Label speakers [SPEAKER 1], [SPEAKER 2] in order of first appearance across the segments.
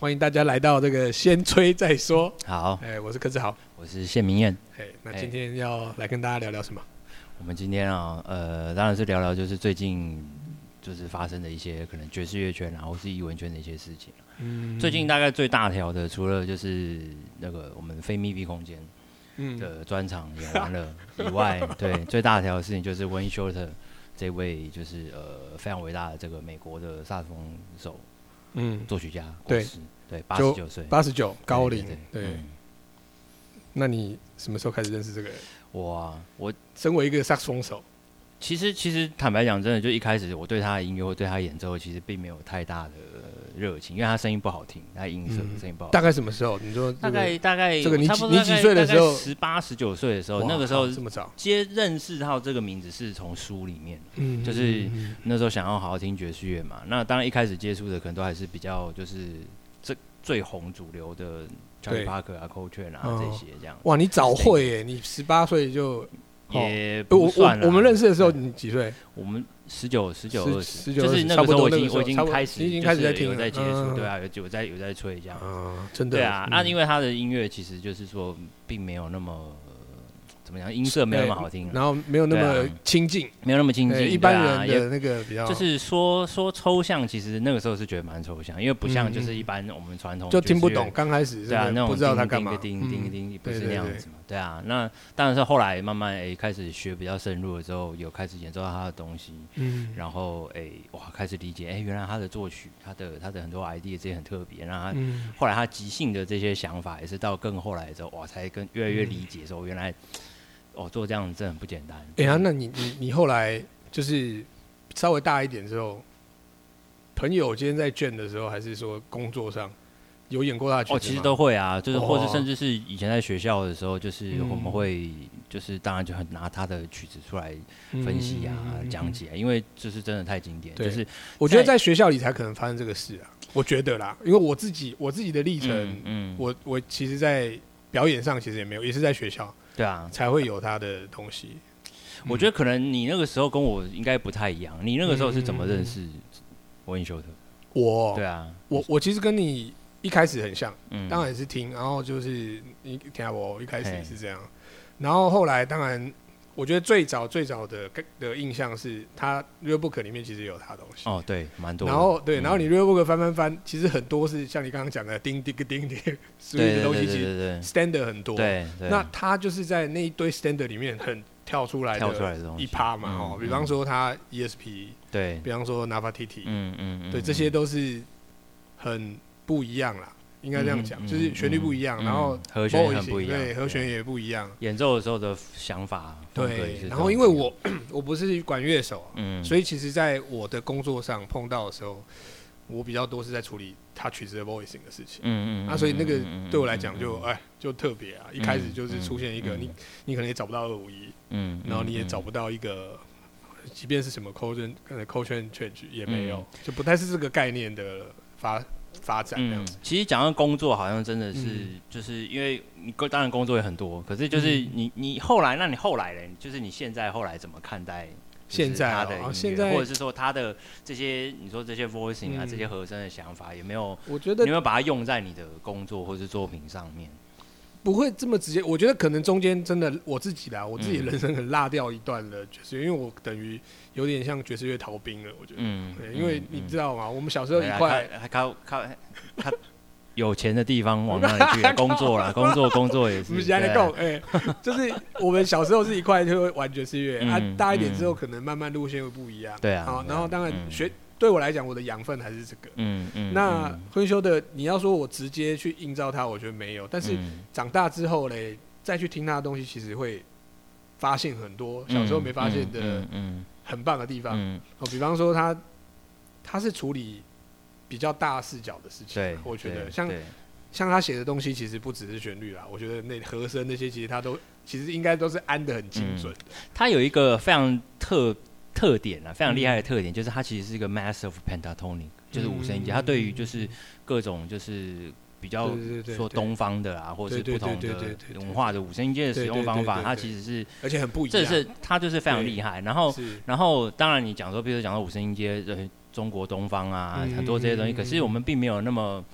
[SPEAKER 1] 欢迎大家来到这个先吹再说。
[SPEAKER 2] 好，
[SPEAKER 1] 哎，我是柯志豪。
[SPEAKER 2] 我是谢明燕。
[SPEAKER 1] 哎，那今天要来跟大家聊聊什么？
[SPEAKER 2] 我们今天啊，呃，当然是聊聊就是最近就是发生的一些可能爵士乐圈啊，或是艺文圈的一些事情。啊
[SPEAKER 1] 嗯
[SPEAKER 2] 最近大概最大条的，除了就是那个我们非密闭空间
[SPEAKER 1] 嗯
[SPEAKER 2] 的专场演 完了以外，对，最大条的事情就是 w i n s h o r t e r 这位就是呃非常伟大的这个美国的萨克斯风手
[SPEAKER 1] 嗯，
[SPEAKER 2] 作曲家过
[SPEAKER 1] 对
[SPEAKER 2] 世，对，八
[SPEAKER 1] 就
[SPEAKER 2] 十九岁，
[SPEAKER 1] 八十九高龄
[SPEAKER 2] 对，对
[SPEAKER 1] 对
[SPEAKER 2] 嗯。
[SPEAKER 1] 那你什么时候开始认识这个人？
[SPEAKER 2] 我啊，我
[SPEAKER 1] 身为一个萨克斯风手，
[SPEAKER 2] 其实，其实坦白讲，真的就一开始我对他的音乐或对他演奏，其实并没有太大的热情，因为他声音不好听，他音色
[SPEAKER 1] 嗯
[SPEAKER 2] 声音不好听。
[SPEAKER 1] 大概什么时候？你说这
[SPEAKER 2] 大
[SPEAKER 1] 个
[SPEAKER 2] 概大概
[SPEAKER 1] 这个你
[SPEAKER 2] 差
[SPEAKER 1] 几
[SPEAKER 2] 不多
[SPEAKER 1] 你几岁的时候
[SPEAKER 2] 十八十九岁的时候
[SPEAKER 1] 哇，
[SPEAKER 2] 哦那个时候
[SPEAKER 1] 靠这么早，
[SPEAKER 2] 接认识到这个名字是从书里面，
[SPEAKER 1] 嗯
[SPEAKER 2] 就是
[SPEAKER 1] 嗯
[SPEAKER 2] 那时候想要好好听爵士乐嘛。那当然一开始接触的可能都还是比较就是这最红主流的 Charlie
[SPEAKER 1] 对
[SPEAKER 2] Parker 啊、Coltrane 啊、
[SPEAKER 1] 哦
[SPEAKER 2] 这些这样，
[SPEAKER 1] 哇，你早会耶！你十八岁就，哦
[SPEAKER 2] 也
[SPEAKER 1] 我
[SPEAKER 2] 不算
[SPEAKER 1] 我
[SPEAKER 2] 啦
[SPEAKER 1] 我们认识的时候
[SPEAKER 2] 对
[SPEAKER 1] 你几岁？
[SPEAKER 2] 我们十九、十九、二
[SPEAKER 1] 十
[SPEAKER 2] 十，
[SPEAKER 1] 九
[SPEAKER 2] 就是
[SPEAKER 1] 20
[SPEAKER 2] 那个时候我
[SPEAKER 1] 差不多
[SPEAKER 2] 已
[SPEAKER 1] 那个
[SPEAKER 2] 经
[SPEAKER 1] 时候
[SPEAKER 2] 我已经
[SPEAKER 1] 差不多
[SPEAKER 2] 开始
[SPEAKER 1] 已经开始在听了
[SPEAKER 2] 就是有在接
[SPEAKER 1] 嗯
[SPEAKER 2] 触，对啊，有有在有在吹这样。
[SPEAKER 1] 啊，真的
[SPEAKER 2] 对啊，那因
[SPEAKER 1] 为
[SPEAKER 2] 为他的音乐其实就是说，并没有那么呃怎么讲，音色没有那么好听啊，
[SPEAKER 1] 然后没有那么
[SPEAKER 2] 对啊
[SPEAKER 1] 亲近，
[SPEAKER 2] 没有那么亲
[SPEAKER 1] 对
[SPEAKER 2] 近，
[SPEAKER 1] 一般
[SPEAKER 2] 对啊
[SPEAKER 1] 人
[SPEAKER 2] 也
[SPEAKER 1] 的哦那个比较，
[SPEAKER 2] 就是说说抽象，其实那个时候是觉得蛮抽象，因为不像
[SPEAKER 1] 嗯
[SPEAKER 2] 就是一般我们传统
[SPEAKER 1] 就
[SPEAKER 2] 爵士
[SPEAKER 1] 听不
[SPEAKER 2] 乐
[SPEAKER 1] 懂，刚开始
[SPEAKER 2] 对啊，
[SPEAKER 1] 真
[SPEAKER 2] 那
[SPEAKER 1] 的不
[SPEAKER 2] 种
[SPEAKER 1] 知道他干嘛，
[SPEAKER 2] 叮叮叮
[SPEAKER 1] 嗯
[SPEAKER 2] 叮叮，不
[SPEAKER 1] 对
[SPEAKER 2] 是
[SPEAKER 1] 对
[SPEAKER 2] 那样
[SPEAKER 1] 对
[SPEAKER 2] 子嘛？对啊，那当然是后来慢慢诶开始学比较深入了之后，有开始演奏到他的东西，
[SPEAKER 1] 嗯，
[SPEAKER 2] 然后诶，哇，开始理解，哎诶，原来他的作曲，他的他的很多 idea 这些很特别，让他、
[SPEAKER 1] 嗯
[SPEAKER 2] 后来他即兴的这些想法，也是到更后来的时候，哇，才更越来
[SPEAKER 1] 嗯
[SPEAKER 2] 越理解说，原来哦做这样真的很不简单。
[SPEAKER 1] 哎呀，那你你你后来就是稍微大一点之后，朋友今天在卷的时候，还是说工作上有演过他的曲子
[SPEAKER 2] 哦，
[SPEAKER 1] 吗？
[SPEAKER 2] 其实都会啊，就是或
[SPEAKER 1] 哦
[SPEAKER 2] 是甚至是以前在学校的时候，就是
[SPEAKER 1] 嗯
[SPEAKER 2] 我们会就是当然就很拿他的曲子出来分析啊
[SPEAKER 1] 嗯嗯嗯嗯、
[SPEAKER 2] 讲解啊，因为就是真的太经典，
[SPEAKER 1] 对
[SPEAKER 2] 就是
[SPEAKER 1] 我觉得在学校里才可能发生这个事啊，我觉得啦，因为我自己我自己的历程，
[SPEAKER 2] 嗯嗯，
[SPEAKER 1] 我我其实，在表演上其实也没有，也是在学校
[SPEAKER 2] 对啊，
[SPEAKER 1] 才会有他的东西。
[SPEAKER 2] 我觉得可能你那个时候跟我应该不太一样，你那个时候是怎么
[SPEAKER 1] 嗯
[SPEAKER 2] 认识文秀的？
[SPEAKER 1] 我
[SPEAKER 2] 对啊，
[SPEAKER 1] 我我其实跟你一开始很像，
[SPEAKER 2] 嗯
[SPEAKER 1] 当然也是听，然后就是你听下我一开始
[SPEAKER 2] 嘿
[SPEAKER 1] 也是这样，然后后来当然，我觉得最早最早的的印象是他 Real Book 里面其实有他的东西。
[SPEAKER 2] 哦，对，蛮多的。
[SPEAKER 1] 然后对，
[SPEAKER 2] 嗯
[SPEAKER 1] 然后你 Real Book 翻翻翻，其实很多是像你刚刚讲的叮叮个叮叮，所
[SPEAKER 2] 对
[SPEAKER 1] 以
[SPEAKER 2] 对
[SPEAKER 1] 的
[SPEAKER 2] 对
[SPEAKER 1] 东
[SPEAKER 2] 对
[SPEAKER 1] 西其实
[SPEAKER 2] 对
[SPEAKER 1] standard 很多。
[SPEAKER 2] 对对，对
[SPEAKER 1] 那他就是在那一堆 standard 里面很跳出来
[SPEAKER 2] 跳出
[SPEAKER 1] 的
[SPEAKER 2] 来的东西
[SPEAKER 1] 一趴嘛，
[SPEAKER 2] 嗯
[SPEAKER 1] 哦，
[SPEAKER 2] 嗯
[SPEAKER 1] 比方说他 ESP，
[SPEAKER 2] 对，
[SPEAKER 1] 比方说 Navatiti，
[SPEAKER 2] 嗯嗯嗯，
[SPEAKER 1] 对，这些都是很不一样啦，应该这样讲，
[SPEAKER 2] 嗯嗯
[SPEAKER 1] 就是旋律不一样，
[SPEAKER 2] 嗯
[SPEAKER 1] 然后
[SPEAKER 2] 嗯和弦也
[SPEAKER 1] voice
[SPEAKER 2] 很不一样，
[SPEAKER 1] 对，和弦也不一样，
[SPEAKER 2] 演奏的时候的想法风格也是
[SPEAKER 1] 对。
[SPEAKER 2] 都
[SPEAKER 1] 然后因
[SPEAKER 2] 不
[SPEAKER 1] 为
[SPEAKER 2] 一样，
[SPEAKER 1] 我 我不是管乐手啊，
[SPEAKER 2] 嗯，
[SPEAKER 1] 所
[SPEAKER 2] 以
[SPEAKER 1] 以其实在我的工作上碰到的时候，我比较多是在处理他曲子的 voicing 的事情。
[SPEAKER 2] 嗯嗯，
[SPEAKER 1] 啊，所以那个
[SPEAKER 2] 嗯
[SPEAKER 1] 对我来讲就
[SPEAKER 2] 嗯
[SPEAKER 1] 哎就特别啊，一开始就是
[SPEAKER 2] 嗯
[SPEAKER 1] 出现一个
[SPEAKER 2] 嗯
[SPEAKER 1] 你你可能也找不到二五一，
[SPEAKER 2] 嗯，嗯
[SPEAKER 1] 然后你也
[SPEAKER 2] 嗯
[SPEAKER 1] 找
[SPEAKER 2] 嗯
[SPEAKER 1] 不到一个，即便是什么 c o d e n 呃 c o d e n change 也没有
[SPEAKER 2] 嗯，
[SPEAKER 1] 就不太是这个概念的发发展这样
[SPEAKER 2] 嗯
[SPEAKER 1] 子。，
[SPEAKER 2] 其实讲到工作，好像真的是
[SPEAKER 1] 嗯
[SPEAKER 2] 就是因为你工当然工作也很多，可是就是你你后来，那你后来嘞，就是你现在后来怎么看待？
[SPEAKER 1] 现在
[SPEAKER 2] 他
[SPEAKER 1] 啊
[SPEAKER 2] 的音乐
[SPEAKER 1] 啊现在
[SPEAKER 2] 或者是说他的这些，你说这些 voicing 啊，
[SPEAKER 1] 嗯
[SPEAKER 2] 这些和声的想法，有没有
[SPEAKER 1] 我觉
[SPEAKER 2] 你
[SPEAKER 1] 得
[SPEAKER 2] 有没有把它用在你的工作或是作品上面？
[SPEAKER 1] 不会这么直接，我觉得可能中间真的我自己啦，我自己
[SPEAKER 2] 嗯
[SPEAKER 1] 人生很落掉一段了爵士乐，因为我等于有点像爵士乐逃兵了，我觉得。
[SPEAKER 2] 嗯
[SPEAKER 1] 对，因为你知
[SPEAKER 2] 道，
[SPEAKER 1] 道吗？我们小时候
[SPEAKER 2] 对
[SPEAKER 1] 一
[SPEAKER 2] 啊
[SPEAKER 1] 块，
[SPEAKER 2] 他还靠靠他有钱的地方往那里去 啊工作啦，工作工作也是。
[SPEAKER 1] 不是在那
[SPEAKER 2] 对啊
[SPEAKER 1] 讲，哎， 就是我们小时候是一块就会玩爵士乐，啊
[SPEAKER 2] 嗯，
[SPEAKER 1] 大一点之后
[SPEAKER 2] 嗯
[SPEAKER 1] 可能慢慢路线会不一样。
[SPEAKER 2] 对啊
[SPEAKER 1] 好，
[SPEAKER 2] 对啊
[SPEAKER 1] 然后当然
[SPEAKER 2] 嗯
[SPEAKER 1] 学对我来讲，我的养分还是这个。
[SPEAKER 2] 嗯嗯，
[SPEAKER 1] 那
[SPEAKER 2] 嗯
[SPEAKER 1] 婚修的，你要说我直接去映照它，我觉得没有。但是
[SPEAKER 2] 嗯
[SPEAKER 1] 长大之后嘞，再去听他的东西，其实会发现很多小时候没发现的
[SPEAKER 2] 嗯嗯
[SPEAKER 1] 很棒的地
[SPEAKER 2] 嗯
[SPEAKER 1] 方。
[SPEAKER 2] 嗯
[SPEAKER 1] 哦，比方说他他是处理比较大视角的事情
[SPEAKER 2] 对
[SPEAKER 1] 啊，，我觉得
[SPEAKER 2] 对
[SPEAKER 1] 像
[SPEAKER 2] 对
[SPEAKER 1] 像他写的东西，其实不只是旋律啦，我觉得那和声那些，其实他都其实应该都是安的很
[SPEAKER 2] 嗯
[SPEAKER 1] 精准的。
[SPEAKER 2] 他有一个非常特特点啊，非常厉害的特点，就是他其实是一个 master of pentatonic，就是五声音阶。
[SPEAKER 1] 嗯
[SPEAKER 2] 他对于就是各种就是比较
[SPEAKER 1] 对对对对
[SPEAKER 2] 说
[SPEAKER 1] 对
[SPEAKER 2] 东方的啊，或者是
[SPEAKER 1] 对对
[SPEAKER 2] 不同
[SPEAKER 1] 对
[SPEAKER 2] 的
[SPEAKER 1] 对对对对
[SPEAKER 2] 文化的五声音阶的使用方
[SPEAKER 1] 对对对
[SPEAKER 2] 法，
[SPEAKER 1] 对
[SPEAKER 2] 他其实是
[SPEAKER 1] 而且很不一样。
[SPEAKER 2] 这是哦他就是非常厉害。然后
[SPEAKER 1] 是
[SPEAKER 2] 然后当然你讲说，比如讲到五声音阶，呃，中国东方啊，
[SPEAKER 1] 嗯
[SPEAKER 2] 很多这些东西，
[SPEAKER 1] 嗯
[SPEAKER 2] 可是我们并没有那么。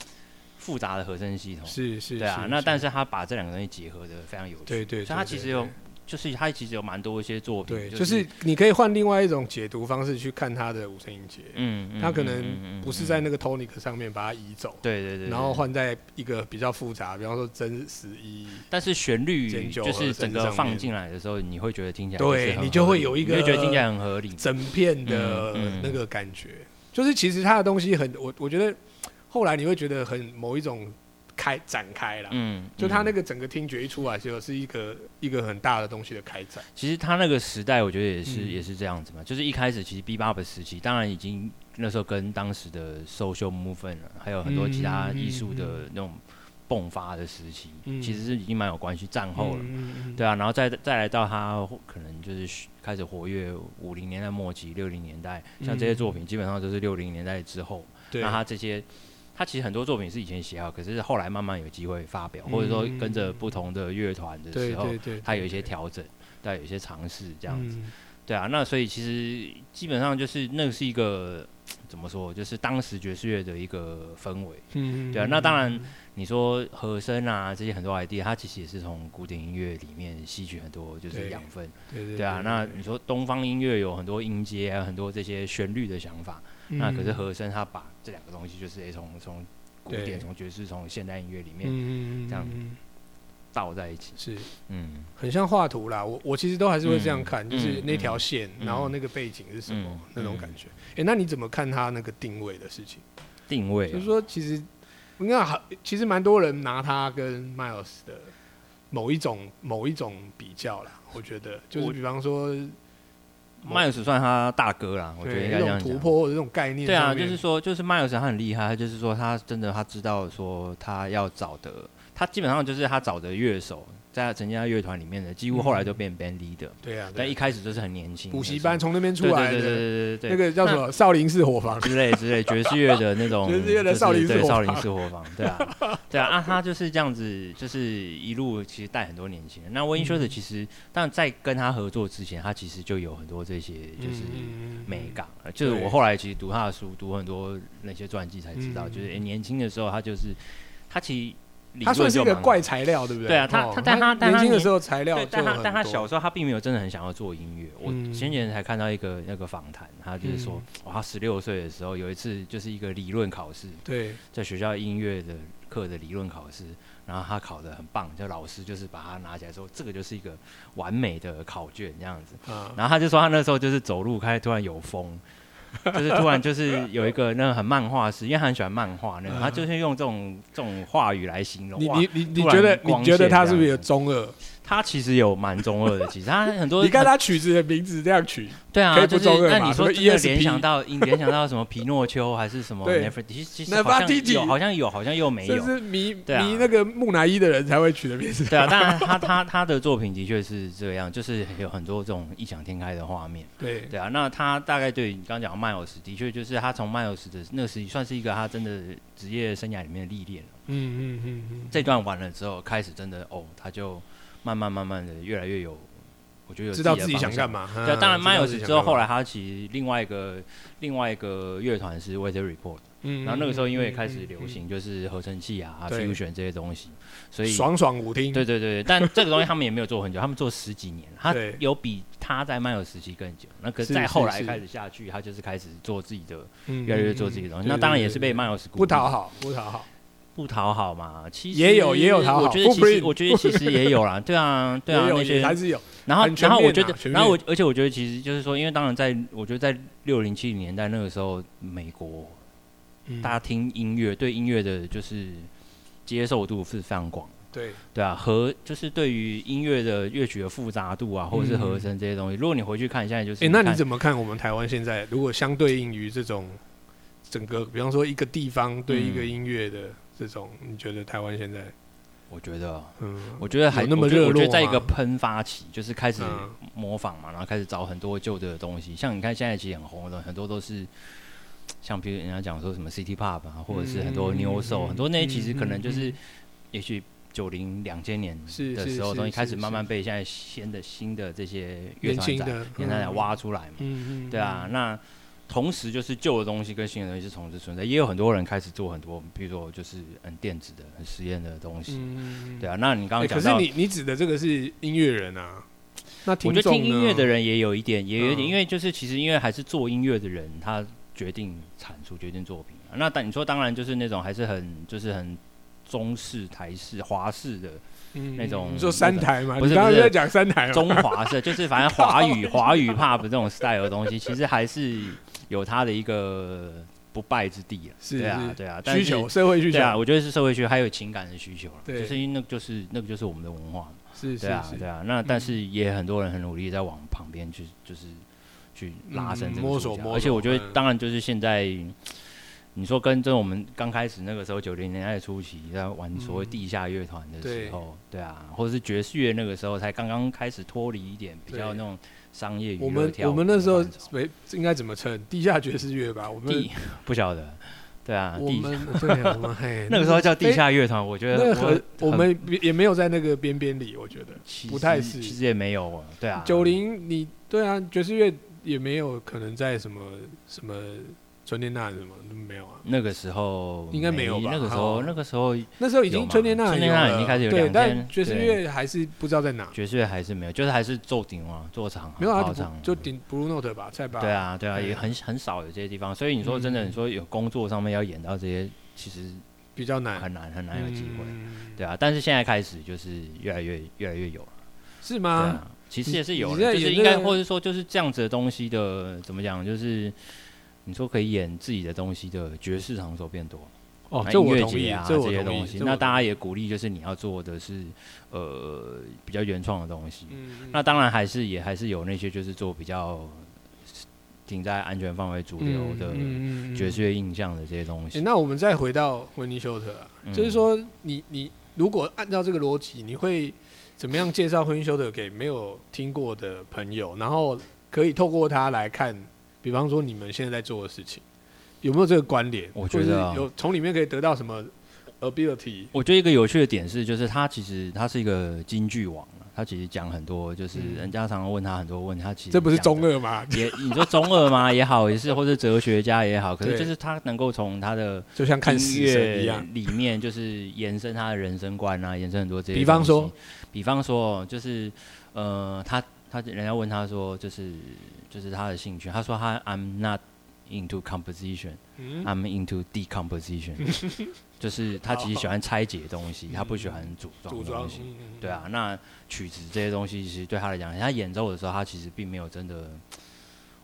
[SPEAKER 2] 复杂的和声系统，
[SPEAKER 1] 是是，
[SPEAKER 2] 对啊。那但
[SPEAKER 1] 是
[SPEAKER 2] 是他把这两个东西结合的非常有趣，
[SPEAKER 1] 对对，
[SPEAKER 2] 所以他
[SPEAKER 1] 对
[SPEAKER 2] 其实
[SPEAKER 1] 对
[SPEAKER 2] 有，就是他其实有蛮多一些作品，
[SPEAKER 1] 对，
[SPEAKER 2] 就
[SPEAKER 1] 就是你可以换另外一种解读方式去看他的五声音节，
[SPEAKER 2] 嗯，嗯
[SPEAKER 1] 他可
[SPEAKER 2] 嗯嗯
[SPEAKER 1] 能
[SPEAKER 2] 嗯
[SPEAKER 1] 不是
[SPEAKER 2] 嗯
[SPEAKER 1] 在那个 tonic 上面把它移走，
[SPEAKER 2] 对对对，
[SPEAKER 1] 然后
[SPEAKER 2] 对
[SPEAKER 1] 换在一个比较复杂，比方说真十一，
[SPEAKER 2] 但是旋律
[SPEAKER 1] 间奏
[SPEAKER 2] 就
[SPEAKER 1] 和
[SPEAKER 2] 是
[SPEAKER 1] 声
[SPEAKER 2] 整个
[SPEAKER 1] 啊上
[SPEAKER 2] 放
[SPEAKER 1] 面
[SPEAKER 2] 进来的时候，你会觉得听起来
[SPEAKER 1] 对
[SPEAKER 2] 是很
[SPEAKER 1] 你
[SPEAKER 2] 合
[SPEAKER 1] 就会
[SPEAKER 2] 理
[SPEAKER 1] 有一
[SPEAKER 2] 你会觉得听起
[SPEAKER 1] 个
[SPEAKER 2] 来很合理。
[SPEAKER 1] 整片的
[SPEAKER 2] 嗯嗯
[SPEAKER 1] 那个感觉，就是其实他的东西很，我我觉得后来你会觉得很某一种开展开啦，
[SPEAKER 2] 嗯，
[SPEAKER 1] 就他
[SPEAKER 2] 嗯
[SPEAKER 1] 那个整个听觉一出来，就是一个一个很大的东西的开展，
[SPEAKER 2] 其实他那个时代，我觉得也是、
[SPEAKER 1] 嗯
[SPEAKER 2] 也是这样子嘛，就是一开始其实 B 八的时期，当然已经那时候跟当时的 social movement 啊还有很多其他艺术的那种迸发的时期，
[SPEAKER 1] 嗯
[SPEAKER 2] 其实是已经蛮有关系，战后了。
[SPEAKER 1] 嗯，
[SPEAKER 2] 对啊，然后再再来到他可能就是开始活跃五零年代末期、六零年代，像这些作品基本上都是六零年代之后。
[SPEAKER 1] 嗯对，
[SPEAKER 2] 那他这些，他其实很多作品是以前写好，可是后来慢慢有机会发表，
[SPEAKER 1] 嗯
[SPEAKER 2] 或者说跟着不同的乐团的
[SPEAKER 1] 对
[SPEAKER 2] 时候
[SPEAKER 1] 对，对，嗯
[SPEAKER 2] 他有一些
[SPEAKER 1] 对嗯
[SPEAKER 2] 调整，对，有一些尝试这
[SPEAKER 1] 这
[SPEAKER 2] 样子。
[SPEAKER 1] 子，
[SPEAKER 2] 对啊，那所以其实基本上就是那是一个怎么说，就是当时爵士乐的一个氛围。
[SPEAKER 1] 嗯，
[SPEAKER 2] 对啊那当然
[SPEAKER 1] 嗯，
[SPEAKER 2] 你说和声啊，这些很多 idea，它其实也是从古典音乐里面吸取很多就
[SPEAKER 1] 对
[SPEAKER 2] 是养分。
[SPEAKER 1] 对对
[SPEAKER 2] 对啊，那你说东方音乐有很多音阶，还有很多这些旋律的想法。
[SPEAKER 1] 嗯
[SPEAKER 2] 那可是和声，它把这两个东西就是诶从从古
[SPEAKER 1] 对
[SPEAKER 2] 典、从爵士、从现代音乐里面
[SPEAKER 1] 嗯
[SPEAKER 2] 这样
[SPEAKER 1] 嗯
[SPEAKER 2] 倒在一起。
[SPEAKER 1] 是
[SPEAKER 2] 嗯，
[SPEAKER 1] 很像画图啦。我我其实都还是会这样看，
[SPEAKER 2] 嗯
[SPEAKER 1] 就是那条线，
[SPEAKER 2] 嗯
[SPEAKER 1] 然后那个背景是什么
[SPEAKER 2] 嗯
[SPEAKER 1] 那种感觉。诶，那你怎么看它那个定位的事情？
[SPEAKER 2] 定位啊、
[SPEAKER 1] 就是说，其实应该好，其实蛮多人拿它跟 Miles 的某一种某一种比较啦。我觉得就是
[SPEAKER 2] 我
[SPEAKER 1] 比方说，
[SPEAKER 2] Miles 算他大哥啦，我觉得
[SPEAKER 1] 对
[SPEAKER 2] 应
[SPEAKER 1] 一
[SPEAKER 2] 该这
[SPEAKER 1] 种
[SPEAKER 2] 样
[SPEAKER 1] 突
[SPEAKER 2] 讲。
[SPEAKER 1] 破或者这种概念
[SPEAKER 2] 对啊，
[SPEAKER 1] 上面，
[SPEAKER 2] 就是说，就是 Miles 他很厉害，他就是说他真的他知道说他要找的，他基本上就是他找的乐手，在他曾经在乐团里面的，几乎后来都变 band leader，、
[SPEAKER 1] 嗯对啊，
[SPEAKER 2] 但
[SPEAKER 1] 对
[SPEAKER 2] 一
[SPEAKER 1] 啊
[SPEAKER 2] 开始就是很年轻，
[SPEAKER 1] 补习班从那边出
[SPEAKER 2] 对
[SPEAKER 1] 来
[SPEAKER 2] 对对对
[SPEAKER 1] 的，
[SPEAKER 2] 对对对，
[SPEAKER 1] 那个叫什么少林寺火房，
[SPEAKER 2] 之类之类爵士乐的那种，
[SPEAKER 1] 爵士乐的
[SPEAKER 2] 就是
[SPEAKER 1] 少林寺
[SPEAKER 2] 对
[SPEAKER 1] 火
[SPEAKER 2] 少
[SPEAKER 1] 房
[SPEAKER 2] 林寺火房，对 啊，对啊，啊，他就是这样子，就是一路其实带很多年轻人。那温因修
[SPEAKER 1] 嗯
[SPEAKER 2] 的其实，但在跟他合作之前，他其实就有很多这些就是
[SPEAKER 1] 嗯
[SPEAKER 2] 美感，呃就是
[SPEAKER 1] 对
[SPEAKER 2] 我后来其实读他的书，读很多那些传记才知道，
[SPEAKER 1] 嗯
[SPEAKER 2] 就是、诶年轻的时候他就是他其实理
[SPEAKER 1] 它
[SPEAKER 2] 论
[SPEAKER 1] 算是
[SPEAKER 2] 就
[SPEAKER 1] 一个
[SPEAKER 2] 蛮好
[SPEAKER 1] 怪材料，对不对？
[SPEAKER 2] 对啊他
[SPEAKER 1] 哦
[SPEAKER 2] 他但他但
[SPEAKER 1] 年
[SPEAKER 2] 他
[SPEAKER 1] 轻的
[SPEAKER 2] 年
[SPEAKER 1] 时候材料
[SPEAKER 2] 对，
[SPEAKER 1] 就
[SPEAKER 2] 但他
[SPEAKER 1] 很
[SPEAKER 2] 但他
[SPEAKER 1] 多
[SPEAKER 2] 小时候他并没有真的很想要做音乐。我
[SPEAKER 1] 嗯
[SPEAKER 2] 前几天才看到一个那个访谈，他就是说，哇，他十六岁的时候有一次就是一个理论考试，
[SPEAKER 1] 对
[SPEAKER 2] 在学校音乐的课的理论考试，然后他考得很棒，就老师就是把他拿起来说，这个就是一个完美的考卷这样子。
[SPEAKER 1] 啊，
[SPEAKER 2] 然后他就说他那时候就是走路开始突然有风。就是突然就是有一个那个很漫画式，因为他很喜欢漫画那种，
[SPEAKER 1] 嗯
[SPEAKER 2] 他就是用这种这种话语来形容。
[SPEAKER 1] 你
[SPEAKER 2] 哇
[SPEAKER 1] 你你你
[SPEAKER 2] 突然
[SPEAKER 1] 觉得
[SPEAKER 2] 光
[SPEAKER 1] 你觉得
[SPEAKER 2] 线
[SPEAKER 1] 他
[SPEAKER 2] 这
[SPEAKER 1] 是不是
[SPEAKER 2] 样
[SPEAKER 1] 有
[SPEAKER 2] 子
[SPEAKER 1] 中二？
[SPEAKER 2] 他其实有蛮中二的，其实他很多
[SPEAKER 1] 你看
[SPEAKER 2] 很
[SPEAKER 1] 他曲子的名字这样取，
[SPEAKER 2] 对啊，
[SPEAKER 1] 可以不
[SPEAKER 2] 就是
[SPEAKER 1] 中二
[SPEAKER 2] 那
[SPEAKER 1] 嘛
[SPEAKER 2] 你
[SPEAKER 1] 什么
[SPEAKER 2] 说真的
[SPEAKER 1] ESP
[SPEAKER 2] 联想到联想到什么皮诺丘还是什么
[SPEAKER 1] 对
[SPEAKER 2] Nefer，其实其实好像
[SPEAKER 1] Nefertiti
[SPEAKER 2] 有好像有好像又没
[SPEAKER 1] 这
[SPEAKER 2] 有。
[SPEAKER 1] 是迷
[SPEAKER 2] 对啊
[SPEAKER 1] 迷那个木乃伊的人才会取的名字。
[SPEAKER 2] 对啊，当然他他他的作品的确是这样，就是有很多这种异想天开的画面。
[SPEAKER 1] 对
[SPEAKER 2] 对啊，那他大概对你刚刚讲到迈尔斯，的确就是他从迈尔斯的那个时期算是一个他真的职业生涯里面的历练了。
[SPEAKER 1] 嗯嗯嗯嗯，
[SPEAKER 2] 这段完了之后，开始真的哦，他就慢慢慢慢的越来越有，我觉得有
[SPEAKER 1] 知道
[SPEAKER 2] 的
[SPEAKER 1] 自己
[SPEAKER 2] 方
[SPEAKER 1] 想
[SPEAKER 2] 向
[SPEAKER 1] 干嘛。
[SPEAKER 2] 对，
[SPEAKER 1] 嗯
[SPEAKER 2] 啊当然
[SPEAKER 1] 知道自
[SPEAKER 2] Miles
[SPEAKER 1] 己想
[SPEAKER 2] 之后，
[SPEAKER 1] 干嘛
[SPEAKER 2] 后来他其实另外一个另外一个乐团是 Weather Report，
[SPEAKER 1] 嗯
[SPEAKER 2] 然后那个时候因为开始
[SPEAKER 1] 嗯嗯
[SPEAKER 2] 流行就是合成器啊、
[SPEAKER 1] 嗯对
[SPEAKER 2] fusion 这些东西，所
[SPEAKER 1] 嗯
[SPEAKER 2] 以
[SPEAKER 1] 爽爽舞厅，
[SPEAKER 2] 对对对，但这个东西他们也没有做很久，他们做十几年，他
[SPEAKER 1] 对
[SPEAKER 2] 有比他在 Miles 时期更久。那可
[SPEAKER 1] 是
[SPEAKER 2] 是再后来
[SPEAKER 1] 是
[SPEAKER 2] 开始下去，他就是开始做自己的，
[SPEAKER 1] 嗯，
[SPEAKER 2] 越来越做自己的东西。
[SPEAKER 1] 嗯
[SPEAKER 2] 那当然也是被
[SPEAKER 1] 对对
[SPEAKER 2] Miles
[SPEAKER 1] 对不讨好不讨好，
[SPEAKER 2] 不讨好嘛，其实
[SPEAKER 1] 也有也有讨好
[SPEAKER 2] 我觉得其实
[SPEAKER 1] Footprint
[SPEAKER 2] 我觉得其实也有啦，对啊对啊
[SPEAKER 1] 也，有
[SPEAKER 2] 那些
[SPEAKER 1] 也还是有，
[SPEAKER 2] 然后
[SPEAKER 1] 很，全
[SPEAKER 2] 然后我
[SPEAKER 1] 面
[SPEAKER 2] 觉
[SPEAKER 1] 啊
[SPEAKER 2] 得，
[SPEAKER 1] 全
[SPEAKER 2] 然后我
[SPEAKER 1] 面，
[SPEAKER 2] 而且我觉得，其实就是说，因为当然在，我觉得在六零七零年代那个时候，美国
[SPEAKER 1] 嗯
[SPEAKER 2] 大家听音乐，对音乐的就是接受度是非常广，
[SPEAKER 1] 对
[SPEAKER 2] 对啊，和就是对于音乐的乐曲的复杂度啊，或者是和声这些东西，如果你回去看，现在就是
[SPEAKER 1] 嗯哎、那你
[SPEAKER 2] 看
[SPEAKER 1] 怎么看我们台湾现在如果相对应于这种整个，比方说一个地方对一个
[SPEAKER 2] 嗯
[SPEAKER 1] 音乐的这种，你觉得台湾现在，
[SPEAKER 2] 我觉得啊，
[SPEAKER 1] 嗯，
[SPEAKER 2] 我觉得还
[SPEAKER 1] 有那么
[SPEAKER 2] 我觉得
[SPEAKER 1] 热
[SPEAKER 2] 我觉得
[SPEAKER 1] 络
[SPEAKER 2] 在一个
[SPEAKER 1] 吗
[SPEAKER 2] 喷发期，就是开始
[SPEAKER 1] 嗯
[SPEAKER 2] 模仿嘛，然后开始找很多旧的东西，像你看现在其实很红的，很多都是。像比如人家讲说什么 City Pop 啊，或者是很多
[SPEAKER 1] 嗯
[SPEAKER 2] New Soul，、
[SPEAKER 1] 嗯
[SPEAKER 2] 很多那些其实
[SPEAKER 1] 嗯
[SPEAKER 2] 可能就是
[SPEAKER 1] 嗯嗯
[SPEAKER 2] 也许九零两千年
[SPEAKER 1] 是
[SPEAKER 2] 的
[SPEAKER 1] 是
[SPEAKER 2] 时候，
[SPEAKER 1] 是
[SPEAKER 2] 东西开
[SPEAKER 1] 是
[SPEAKER 2] 始慢慢
[SPEAKER 1] 是
[SPEAKER 2] 被现在新的新的这些乐
[SPEAKER 1] 年
[SPEAKER 2] 团
[SPEAKER 1] 轻
[SPEAKER 2] 仔、
[SPEAKER 1] 的，
[SPEAKER 2] 乐团仔
[SPEAKER 1] 嗯，
[SPEAKER 2] 挖出来嘛。
[SPEAKER 1] 嗯嗯，
[SPEAKER 2] 对啊，那同时就是旧的东西跟新的东西是同时存在，也有很多人开始做很多，比如说就是嗯电子的、很实验的东西，
[SPEAKER 1] 嗯，
[SPEAKER 2] 对啊。那你刚
[SPEAKER 1] 哎
[SPEAKER 2] 刚
[SPEAKER 1] 可
[SPEAKER 2] 讲
[SPEAKER 1] 是
[SPEAKER 2] 到，
[SPEAKER 1] 你你指的这个是音乐人啊，那
[SPEAKER 2] 我
[SPEAKER 1] 听
[SPEAKER 2] 觉得
[SPEAKER 1] 众
[SPEAKER 2] 听音乐
[SPEAKER 1] 呢
[SPEAKER 2] 的人也有一点，也有一点，
[SPEAKER 1] 嗯
[SPEAKER 2] 因为就是其实因为还是做音乐的人，他决定产出、决定作品啊、那但你说当然就是那种还是很就是很中式、台式、华式 的
[SPEAKER 1] 嗯
[SPEAKER 2] 那种
[SPEAKER 1] 你说三台嘛？
[SPEAKER 2] 不是
[SPEAKER 1] 你刚
[SPEAKER 2] 不
[SPEAKER 1] 刚
[SPEAKER 2] 是
[SPEAKER 1] 在讲三台嘛？
[SPEAKER 2] 中华式，就是反正华语华语 pop 这种 style 的东西，其实还是有它的一个不败之地啊。
[SPEAKER 1] 是
[SPEAKER 2] 对啊
[SPEAKER 1] 是，
[SPEAKER 2] 对啊，但
[SPEAKER 1] 需
[SPEAKER 2] 是
[SPEAKER 1] 求，社会需求
[SPEAKER 2] 对啊，我觉得是社会需求，还有情感的需求了。
[SPEAKER 1] 对
[SPEAKER 2] 就是因为那个就是那个就是我们的文化嘛。
[SPEAKER 1] 是是
[SPEAKER 2] 对啊，
[SPEAKER 1] 是嗯
[SPEAKER 2] 对啊。那但是也很多人很努力在往旁边去，就是去拉伸
[SPEAKER 1] 嗯
[SPEAKER 2] 这个
[SPEAKER 1] 摸
[SPEAKER 2] 触
[SPEAKER 1] 索
[SPEAKER 2] 角
[SPEAKER 1] 摸
[SPEAKER 2] 而且我
[SPEAKER 1] 索
[SPEAKER 2] 觉
[SPEAKER 1] 嗯
[SPEAKER 2] 得，当然就是现在。你说跟跟我们刚开始那个时候九零年代初期在玩所谓
[SPEAKER 1] 嗯
[SPEAKER 2] 地下乐团的
[SPEAKER 1] 对
[SPEAKER 2] 时候，对啊，或者是爵士乐那个时候才刚刚开始脱离一点比较
[SPEAKER 1] 对
[SPEAKER 2] 那种商业娱
[SPEAKER 1] 我
[SPEAKER 2] 乐
[SPEAKER 1] 们
[SPEAKER 2] 跳
[SPEAKER 1] 我
[SPEAKER 2] 舞
[SPEAKER 1] 们
[SPEAKER 2] 的
[SPEAKER 1] 那时候
[SPEAKER 2] 范畴
[SPEAKER 1] 没应该怎么称地下爵士乐吧？我们
[SPEAKER 2] 地 不晓得，对啊，
[SPEAKER 1] 我
[SPEAKER 2] 地
[SPEAKER 1] 们 对啊我们嘿
[SPEAKER 2] 那个时候叫地
[SPEAKER 1] 哎
[SPEAKER 2] 下乐团，我觉
[SPEAKER 1] 那个
[SPEAKER 2] 得
[SPEAKER 1] 很
[SPEAKER 2] 我
[SPEAKER 1] 我们也没有在那个边边里，我觉得
[SPEAKER 2] 其
[SPEAKER 1] 不太是
[SPEAKER 2] 实其实也没有啊，对啊，
[SPEAKER 1] 九零你对啊，爵士乐也没有可能在什么什么春天那什么都没有啊。
[SPEAKER 2] 那个时候
[SPEAKER 1] 应该没有吧
[SPEAKER 2] 那个时
[SPEAKER 1] 哦
[SPEAKER 2] 候，那个时候
[SPEAKER 1] 那时候已
[SPEAKER 2] 有
[SPEAKER 1] 经
[SPEAKER 2] 吗
[SPEAKER 1] 春天那
[SPEAKER 2] 春天那已经开始有
[SPEAKER 1] 对，
[SPEAKER 2] 两间
[SPEAKER 1] 但爵士乐还是不知道在哪，
[SPEAKER 2] 爵士乐还是没有，就是还是奏顶啊，坐场啊
[SPEAKER 1] 没有
[SPEAKER 2] 炮
[SPEAKER 1] 啊，
[SPEAKER 2] 场啊
[SPEAKER 1] 就就顶 Blue Note 吧，菜吧。
[SPEAKER 2] 对，啊，对啊，
[SPEAKER 1] 对
[SPEAKER 2] 也很很少有这些地方。所以你说真的，
[SPEAKER 1] 嗯
[SPEAKER 2] 你说有工作上面要演到这些，其实
[SPEAKER 1] 比较难，
[SPEAKER 2] 很难很难有机会，
[SPEAKER 1] 嗯
[SPEAKER 2] 对啊。但是现在开始就是越来越越来越有了，
[SPEAKER 1] 是
[SPEAKER 2] 对
[SPEAKER 1] 吗？
[SPEAKER 2] 啊。其实
[SPEAKER 1] 你
[SPEAKER 2] 也是有
[SPEAKER 1] 你现在
[SPEAKER 2] 了，就是
[SPEAKER 1] 演
[SPEAKER 2] 应该
[SPEAKER 1] 那个
[SPEAKER 2] 或者说就是这样子的东西的，怎么讲？就是你说可以演自己的东西的爵士场所变多了。
[SPEAKER 1] 哦
[SPEAKER 2] 那，
[SPEAKER 1] 这
[SPEAKER 2] 音
[SPEAKER 1] 我
[SPEAKER 2] 乐
[SPEAKER 1] 同
[SPEAKER 2] 节
[SPEAKER 1] 意
[SPEAKER 2] 啊，
[SPEAKER 1] 这我
[SPEAKER 2] 些
[SPEAKER 1] 同
[SPEAKER 2] 东
[SPEAKER 1] 意。
[SPEAKER 2] 西
[SPEAKER 1] 这，我
[SPEAKER 2] 那大
[SPEAKER 1] 同
[SPEAKER 2] 家
[SPEAKER 1] 意，
[SPEAKER 2] 也鼓励，就是你要做的是呃比较原创的东西。
[SPEAKER 1] 嗯
[SPEAKER 2] 那当然还是也还是有那些就是做比较停在安全范围主流的爵士。
[SPEAKER 1] 嗯嗯嗯嗯嗯
[SPEAKER 2] 乐印象的这些东
[SPEAKER 1] 诶
[SPEAKER 2] 西。
[SPEAKER 1] 那我们再回到维尼休特啊，
[SPEAKER 2] 嗯
[SPEAKER 1] 就是说你你如果按照这个逻辑，你会怎么样介绍婚姻修特给没有听过的朋友，然后可以透过它来看，比方说你们现在在做的事情有没有这个关联？
[SPEAKER 2] 我觉得啊
[SPEAKER 1] 或者是有从里面可以得到什么呃 ability？
[SPEAKER 2] 我觉得一个有趣的点是，就是他其实他是一个京剧王啊，他其实讲很多，就是
[SPEAKER 1] 嗯
[SPEAKER 2] 人家常常问他很多问题，他其实
[SPEAKER 1] 这不是
[SPEAKER 2] 讲得
[SPEAKER 1] 中二吗？
[SPEAKER 2] 也你说中二吗也好，也是或者哲学家也好，可是
[SPEAKER 1] 对
[SPEAKER 2] 就是他能够从他的
[SPEAKER 1] 就像看死
[SPEAKER 2] 音
[SPEAKER 1] 神
[SPEAKER 2] 乐
[SPEAKER 1] 一样，
[SPEAKER 2] 里面就是延伸他的人生观啊，延伸很多这些。
[SPEAKER 1] 比方说，
[SPEAKER 2] 比方说，就是呃，他他人家问他说，就是就是他的兴趣，他说他 I'm not into composition,
[SPEAKER 1] 嗯
[SPEAKER 2] I'm into decomposition，就是 他其实喜欢拆解东西，他不喜欢组
[SPEAKER 1] 组
[SPEAKER 2] 装
[SPEAKER 1] 装
[SPEAKER 2] 东西。，
[SPEAKER 1] 嗯嗯嗯
[SPEAKER 2] 对啊，那曲子这些东西，其实对他来讲，他演奏的时候，他其实并没有真的，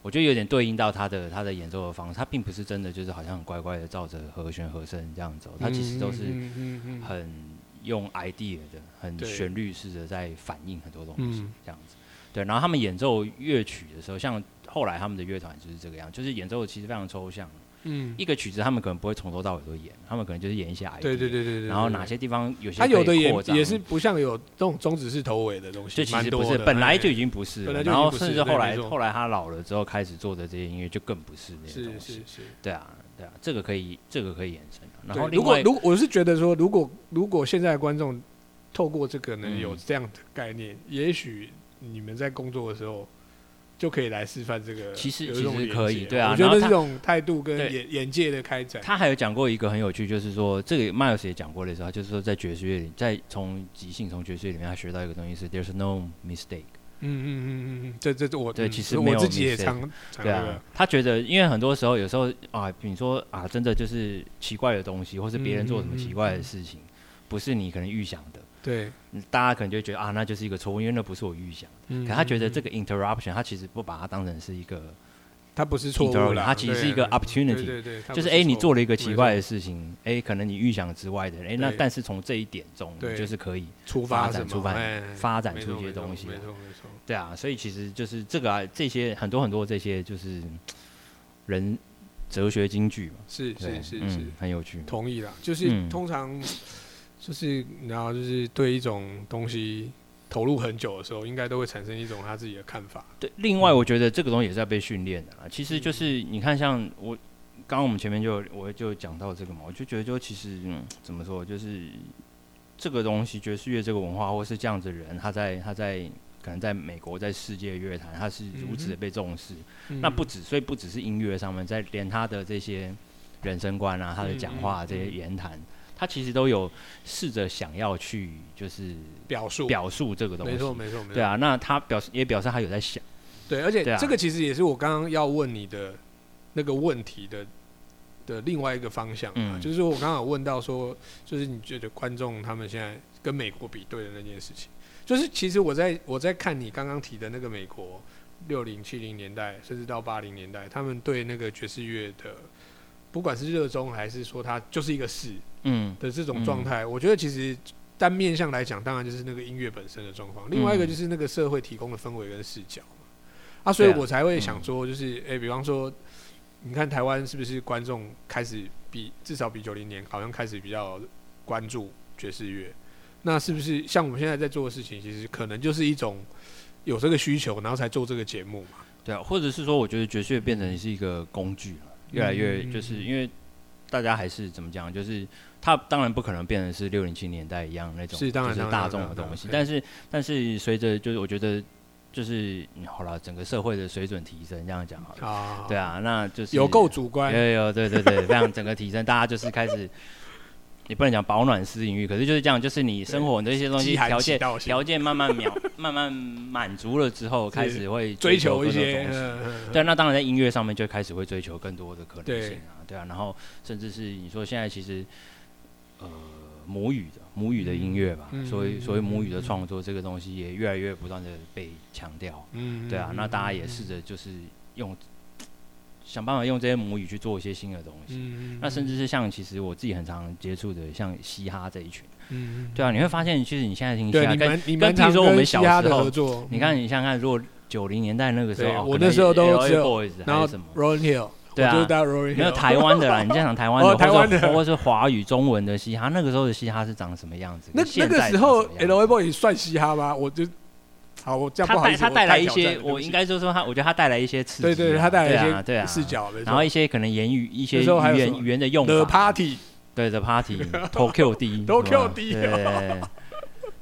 [SPEAKER 2] 我觉得有点对应到他的他的演奏的方式，他并不是真的就是好像很乖乖的照着和弦和声这样走，他其实都是
[SPEAKER 1] 嗯嗯嗯嗯嗯
[SPEAKER 2] 很用 idea 的、很
[SPEAKER 1] 对
[SPEAKER 2] 旋律式的在反映很多东西
[SPEAKER 1] 嗯
[SPEAKER 2] 这样子。对，然后他们演奏乐曲的时候，像后来他们的乐团就是这个样，就是演奏的其实非常抽象，
[SPEAKER 1] 嗯，
[SPEAKER 2] 一个曲子他们可能不会从头到尾都演，他们可能就是演一些 idea，
[SPEAKER 1] 对对对对对。
[SPEAKER 2] 然后
[SPEAKER 1] 对
[SPEAKER 2] 哪？些地方有些
[SPEAKER 1] 他有
[SPEAKER 2] 可
[SPEAKER 1] 的
[SPEAKER 2] 以
[SPEAKER 1] 也
[SPEAKER 2] 扩张
[SPEAKER 1] 也是不像有这种中指式头尾的东西，
[SPEAKER 2] 就其
[SPEAKER 1] 蛮
[SPEAKER 2] 实
[SPEAKER 1] 多
[SPEAKER 2] 不是，
[SPEAKER 1] 的
[SPEAKER 2] 本来
[SPEAKER 1] 哎
[SPEAKER 2] 就已经不是
[SPEAKER 1] 本
[SPEAKER 2] 了，
[SPEAKER 1] 来就已
[SPEAKER 2] 然
[SPEAKER 1] 经
[SPEAKER 2] 后
[SPEAKER 1] 不
[SPEAKER 2] 甚
[SPEAKER 1] 是
[SPEAKER 2] 至
[SPEAKER 1] 对
[SPEAKER 2] 后
[SPEAKER 1] 没
[SPEAKER 2] 来
[SPEAKER 1] 错
[SPEAKER 2] 后来他老了之后开始做的这些音乐就更不是那些
[SPEAKER 1] 哎是
[SPEAKER 2] 东
[SPEAKER 1] 是
[SPEAKER 2] 西，
[SPEAKER 1] 是。
[SPEAKER 2] 对啊对啊，这个可以这个可以延伸啊。然
[SPEAKER 1] 对
[SPEAKER 2] 后
[SPEAKER 1] 如
[SPEAKER 2] 另
[SPEAKER 1] 果
[SPEAKER 2] 外
[SPEAKER 1] 如果我是觉得说，如果如果现在的观众透过这个呢
[SPEAKER 2] 嗯
[SPEAKER 1] 有这样的概念，也许你们在工作的时候就可以来示范这个，
[SPEAKER 2] 其实
[SPEAKER 1] 有一种
[SPEAKER 2] 其实
[SPEAKER 1] 连
[SPEAKER 2] 可以
[SPEAKER 1] 接
[SPEAKER 2] 对啊
[SPEAKER 1] 我觉
[SPEAKER 2] 然
[SPEAKER 1] 得那是
[SPEAKER 2] 后他
[SPEAKER 1] 一种态度跟
[SPEAKER 2] 对
[SPEAKER 1] 眼眼界的开展。
[SPEAKER 2] 他还有讲过一个很有趣，就是说这个 Miles 也讲过类似的话，就是说在爵士乐里，在从即兴从爵士乐里面他学到一个东西是 There's no mistake。
[SPEAKER 1] 嗯嗯嗯嗯嗯，这这这我
[SPEAKER 2] 对
[SPEAKER 1] 嗯
[SPEAKER 2] 其实没
[SPEAKER 1] 我
[SPEAKER 2] 有
[SPEAKER 1] 自己也
[SPEAKER 2] mistake
[SPEAKER 1] 常常
[SPEAKER 2] 对
[SPEAKER 1] 那
[SPEAKER 2] 啊
[SPEAKER 1] 个，，
[SPEAKER 2] 他觉得，因为很多时候有时候啊，比如说啊，真的就是奇怪的东西，或是别人做什么奇
[SPEAKER 1] 嗯
[SPEAKER 2] 怪的事情，不是你可能预想的，
[SPEAKER 1] 对，
[SPEAKER 2] 大家可能就会觉得啊，那就是一个错误，因为那不是我预想。
[SPEAKER 1] 嗯
[SPEAKER 2] 可他觉得
[SPEAKER 1] 嗯
[SPEAKER 2] 这个 interruption，他其实不把它当成是一个，
[SPEAKER 1] 他不是错误啦，
[SPEAKER 2] 它其实
[SPEAKER 1] 对
[SPEAKER 2] 是一个
[SPEAKER 1] 对
[SPEAKER 2] opportunity，
[SPEAKER 1] 对对对，
[SPEAKER 2] 就是哎、你做
[SPEAKER 1] 了
[SPEAKER 2] 了一个奇怪的事情，哎、可能你预想之外的，哎、那
[SPEAKER 1] 对
[SPEAKER 2] 但是从这一点中，
[SPEAKER 1] 对
[SPEAKER 2] 你就是可以，
[SPEAKER 1] 出
[SPEAKER 2] 发
[SPEAKER 1] 发
[SPEAKER 2] 展
[SPEAKER 1] 什么
[SPEAKER 2] 出发
[SPEAKER 1] 哎
[SPEAKER 2] 发展
[SPEAKER 1] 没
[SPEAKER 2] 出
[SPEAKER 1] 错
[SPEAKER 2] 一些
[SPEAKER 1] 没错
[SPEAKER 2] 东西
[SPEAKER 1] 没
[SPEAKER 2] 来
[SPEAKER 1] 错没错。
[SPEAKER 2] 对啊，所以其实就是这个啊，这些很多很多这些就是人哲学金句嘛，
[SPEAKER 1] 是
[SPEAKER 2] 对
[SPEAKER 1] 是是
[SPEAKER 2] 嗯
[SPEAKER 1] 是，
[SPEAKER 2] 很有趣，
[SPEAKER 1] 同意啦，就是、
[SPEAKER 2] 嗯
[SPEAKER 1] 通常就是然后就是对一种东西投入很久的时候，应该都会产生一种他自己的看法。
[SPEAKER 2] 对，另
[SPEAKER 1] 嗯
[SPEAKER 2] 外我觉得这个东西也是要被训练的啦。啊其实就是你看，像我刚刚我们前面就我就讲到这个嘛，我就觉得就其实、嗯、怎么说，就是这个东西爵士乐这个文化，或是这样子的人，他在他在可能在美国、在世界乐坛，他是如此的被重视。
[SPEAKER 1] 嗯
[SPEAKER 2] 那不止，所以不只是音乐上面，在连他的这些人生观啊，他的讲话、
[SPEAKER 1] 嗯嗯
[SPEAKER 2] 这些言谈，他其实都有试着想要去就是
[SPEAKER 1] 表述，
[SPEAKER 2] 表述这个东
[SPEAKER 1] 没错
[SPEAKER 2] 西。
[SPEAKER 1] 没错没
[SPEAKER 2] 对
[SPEAKER 1] 错，
[SPEAKER 2] 啊，那他表示也表示他有在想，
[SPEAKER 1] 对，而且
[SPEAKER 2] 对啊
[SPEAKER 1] 这个其实也是我刚刚要问你的那个问题的的另外一个方向啊，
[SPEAKER 2] 嗯
[SPEAKER 1] 就是说我刚刚有问到说，就是你觉得观众他们现在跟美国比对的那件事情，就是其实我在我在看你刚刚提的那个美国六零七零年代，甚至到八零年代，他们对那个爵士乐的。不管是热衷还是说它就是一个事，
[SPEAKER 2] 嗯
[SPEAKER 1] 的这种状态，我觉得其实单面向来讲，当然就是那个音乐本身的状况，另外一个就是那个社会提供的氛围跟视角嘛。啊，所以
[SPEAKER 2] 对啊
[SPEAKER 1] 我才会想说，就是诶、比方说，你看台湾是不是观众开始比至少比九零年好像开始比较关注爵士乐，那是不是像我们现在在做的事情，其实可能就是一种有这个需求，然后才做这个节目嘛？
[SPEAKER 2] 对啊，或者是说，我觉得爵士乐变成是一个工具了，越来越
[SPEAKER 1] 嗯
[SPEAKER 2] 就是因为大家还是怎么讲，就是它当然不可能变成是六零七年代一样那种，
[SPEAKER 1] 是当然
[SPEAKER 2] 就
[SPEAKER 1] 当
[SPEAKER 2] 是
[SPEAKER 1] 然
[SPEAKER 2] 大众的
[SPEAKER 1] 当然
[SPEAKER 2] 东西，
[SPEAKER 1] 对
[SPEAKER 2] 但是但是随着就是我觉得就是嗯好了，整个社会的水准提升，这样讲好了，
[SPEAKER 1] 啊，
[SPEAKER 2] 对啊，那就是
[SPEAKER 1] 有够主观
[SPEAKER 2] 有，有有对对对，非常整个提升，大家就是开始。 也不能讲保暖私隐欲，可是就是这样，就是你生活你这些东西
[SPEAKER 1] 饥寒
[SPEAKER 2] 条
[SPEAKER 1] 起
[SPEAKER 2] 件
[SPEAKER 1] 到性
[SPEAKER 2] 条件慢慢秒 慢慢满足了之后，开始会
[SPEAKER 1] 追求一
[SPEAKER 2] 更多
[SPEAKER 1] 些，
[SPEAKER 2] 东西
[SPEAKER 1] 嗯嗯嗯
[SPEAKER 2] 对，那当然在音乐上面就开始会追求更多的可能性
[SPEAKER 1] 对
[SPEAKER 2] 啊，对啊，然后甚至是你说现在其实，呃，母语的母语的音乐吧，
[SPEAKER 1] 嗯
[SPEAKER 2] 所以所以母语的
[SPEAKER 1] 嗯
[SPEAKER 2] 创作这个东西也越来越不断的被强调，
[SPEAKER 1] 嗯，
[SPEAKER 2] 对啊，那大家也
[SPEAKER 1] 是。
[SPEAKER 2] 试着就是用想办法用这些母语去做一些新的东西，
[SPEAKER 1] 嗯
[SPEAKER 2] 那甚至是像其实我自己很常接触的像嘻哈这一群，
[SPEAKER 1] 嗯，
[SPEAKER 2] 对啊，你会发现其实你现在听嘻
[SPEAKER 1] 对，
[SPEAKER 2] 哈
[SPEAKER 1] 你
[SPEAKER 2] 跟
[SPEAKER 1] 们你
[SPEAKER 2] 跟
[SPEAKER 1] 们
[SPEAKER 2] 譬如
[SPEAKER 1] 常
[SPEAKER 2] 说我们
[SPEAKER 1] 跟嘻
[SPEAKER 2] 小
[SPEAKER 1] 哈
[SPEAKER 2] 时
[SPEAKER 1] 的
[SPEAKER 2] 候
[SPEAKER 1] 合作，
[SPEAKER 2] 你看，你想想看，如果九零年代那个时
[SPEAKER 1] 对
[SPEAKER 2] 候，哦
[SPEAKER 1] 我
[SPEAKER 2] 可能
[SPEAKER 1] 那时候都
[SPEAKER 2] LA
[SPEAKER 1] 只有
[SPEAKER 2] Boys 啊还
[SPEAKER 1] 然后
[SPEAKER 2] 是什么，
[SPEAKER 1] Rolling Hill，
[SPEAKER 2] 对啊
[SPEAKER 1] 我就是搭 Rolling
[SPEAKER 2] 没有
[SPEAKER 1] Hill，
[SPEAKER 2] 台 湾的啦，你就想台湾
[SPEAKER 1] 哦
[SPEAKER 2] 的，
[SPEAKER 1] 台湾的
[SPEAKER 2] 或者或者是华语中文的嘻哈，那个时候的嘻哈是长什么样子？
[SPEAKER 1] 那
[SPEAKER 2] 跟
[SPEAKER 1] 那
[SPEAKER 2] 现
[SPEAKER 1] 个
[SPEAKER 2] 在
[SPEAKER 1] 时
[SPEAKER 2] 长
[SPEAKER 1] 候
[SPEAKER 2] 什么样
[SPEAKER 1] L A Boy 算嘻哈吗？我就好，我这样
[SPEAKER 2] 他
[SPEAKER 1] 不好
[SPEAKER 2] 带
[SPEAKER 1] 意思，
[SPEAKER 2] 他
[SPEAKER 1] 我
[SPEAKER 2] 带来一
[SPEAKER 1] 挑战
[SPEAKER 2] 些，
[SPEAKER 1] 了
[SPEAKER 2] 我应该就说他，我觉得他带来一些刺激
[SPEAKER 1] 对
[SPEAKER 2] 啊，
[SPEAKER 1] 对对他带来一
[SPEAKER 2] 对
[SPEAKER 1] 些
[SPEAKER 2] 啊对
[SPEAKER 1] 对不
[SPEAKER 2] 啊
[SPEAKER 1] 起视，角，没错
[SPEAKER 2] 然后一些可能言语一些
[SPEAKER 1] 那时候还有
[SPEAKER 2] 语
[SPEAKER 1] 什么
[SPEAKER 2] 言语言的用
[SPEAKER 1] The
[SPEAKER 2] 法，
[SPEAKER 1] Party，
[SPEAKER 2] 对的 party Tokyo D
[SPEAKER 1] 都 Q
[SPEAKER 2] 对
[SPEAKER 1] 低，
[SPEAKER 2] 对对对对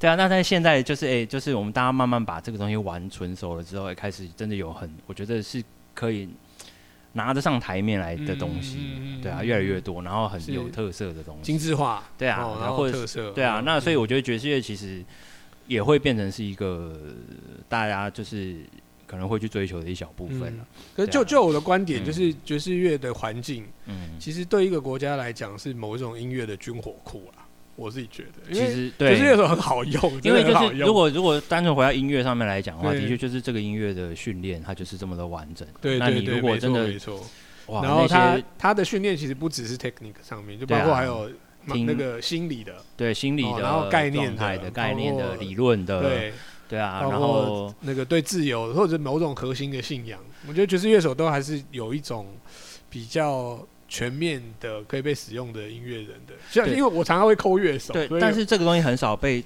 [SPEAKER 2] 对啊，那在现在就是哎、就是我们大家慢慢把这个东西玩纯熟了之后，哎开始真的有很，我觉得是可以拿得上台面来的东西，
[SPEAKER 1] 嗯嗯嗯嗯嗯
[SPEAKER 2] 对啊，越来越多，然后很
[SPEAKER 1] 是
[SPEAKER 2] 有特色的东西，
[SPEAKER 1] 精致化，
[SPEAKER 2] 对啊
[SPEAKER 1] 哦
[SPEAKER 2] 然
[SPEAKER 1] 然
[SPEAKER 2] 后
[SPEAKER 1] 后
[SPEAKER 2] 或者
[SPEAKER 1] 特色，
[SPEAKER 2] 对啊，
[SPEAKER 1] 嗯
[SPEAKER 2] 那所以我觉得爵士乐其实也会变成是一个大家就是可能会去追求的一小部分了。
[SPEAKER 1] 可是就
[SPEAKER 2] 对啊
[SPEAKER 1] 就我的观点，
[SPEAKER 2] 嗯
[SPEAKER 1] 就是爵士乐的环境，
[SPEAKER 2] 嗯，
[SPEAKER 1] 其实对一个国家来讲是某一种音乐的军火库啦，我自己觉得，因
[SPEAKER 2] 其
[SPEAKER 1] 为
[SPEAKER 2] 实
[SPEAKER 1] 爵士乐
[SPEAKER 2] 对，
[SPEAKER 1] 手很好用，
[SPEAKER 2] 因为
[SPEAKER 1] 真的很
[SPEAKER 2] 就
[SPEAKER 1] 好
[SPEAKER 2] 是
[SPEAKER 1] 用
[SPEAKER 2] 如果如果单纯回到音乐上面来讲的话，
[SPEAKER 1] 对
[SPEAKER 2] 的确就是这个音乐的训练，它就是这么的完整。
[SPEAKER 1] 对
[SPEAKER 2] 那
[SPEAKER 1] 对
[SPEAKER 2] 你
[SPEAKER 1] 对，
[SPEAKER 2] 如果
[SPEAKER 1] 没错
[SPEAKER 2] 真的
[SPEAKER 1] 没错，
[SPEAKER 2] 哇，
[SPEAKER 1] 然后
[SPEAKER 2] 那
[SPEAKER 1] 他
[SPEAKER 2] 些
[SPEAKER 1] 他的训练其实不只是 technique 上面，就
[SPEAKER 2] 对
[SPEAKER 1] 包
[SPEAKER 2] 啊
[SPEAKER 1] 括还有
[SPEAKER 2] 听
[SPEAKER 1] 那个心理的，
[SPEAKER 2] 对心理
[SPEAKER 1] 哦
[SPEAKER 2] 的、
[SPEAKER 1] 然后概念的
[SPEAKER 2] 状态的、
[SPEAKER 1] 包括
[SPEAKER 2] 概念的、理论的，
[SPEAKER 1] 对，
[SPEAKER 2] 对啊，
[SPEAKER 1] 包
[SPEAKER 2] 然
[SPEAKER 1] 括
[SPEAKER 2] 后
[SPEAKER 1] 那个对自由或者某种核心的信仰，我觉得爵士乐手都还是有一种比较全面的可以被使用的音乐人的，像
[SPEAKER 2] 对
[SPEAKER 1] 因为我常常会抠乐手，
[SPEAKER 2] 对
[SPEAKER 1] 所，以
[SPEAKER 2] 但是这个东西很少被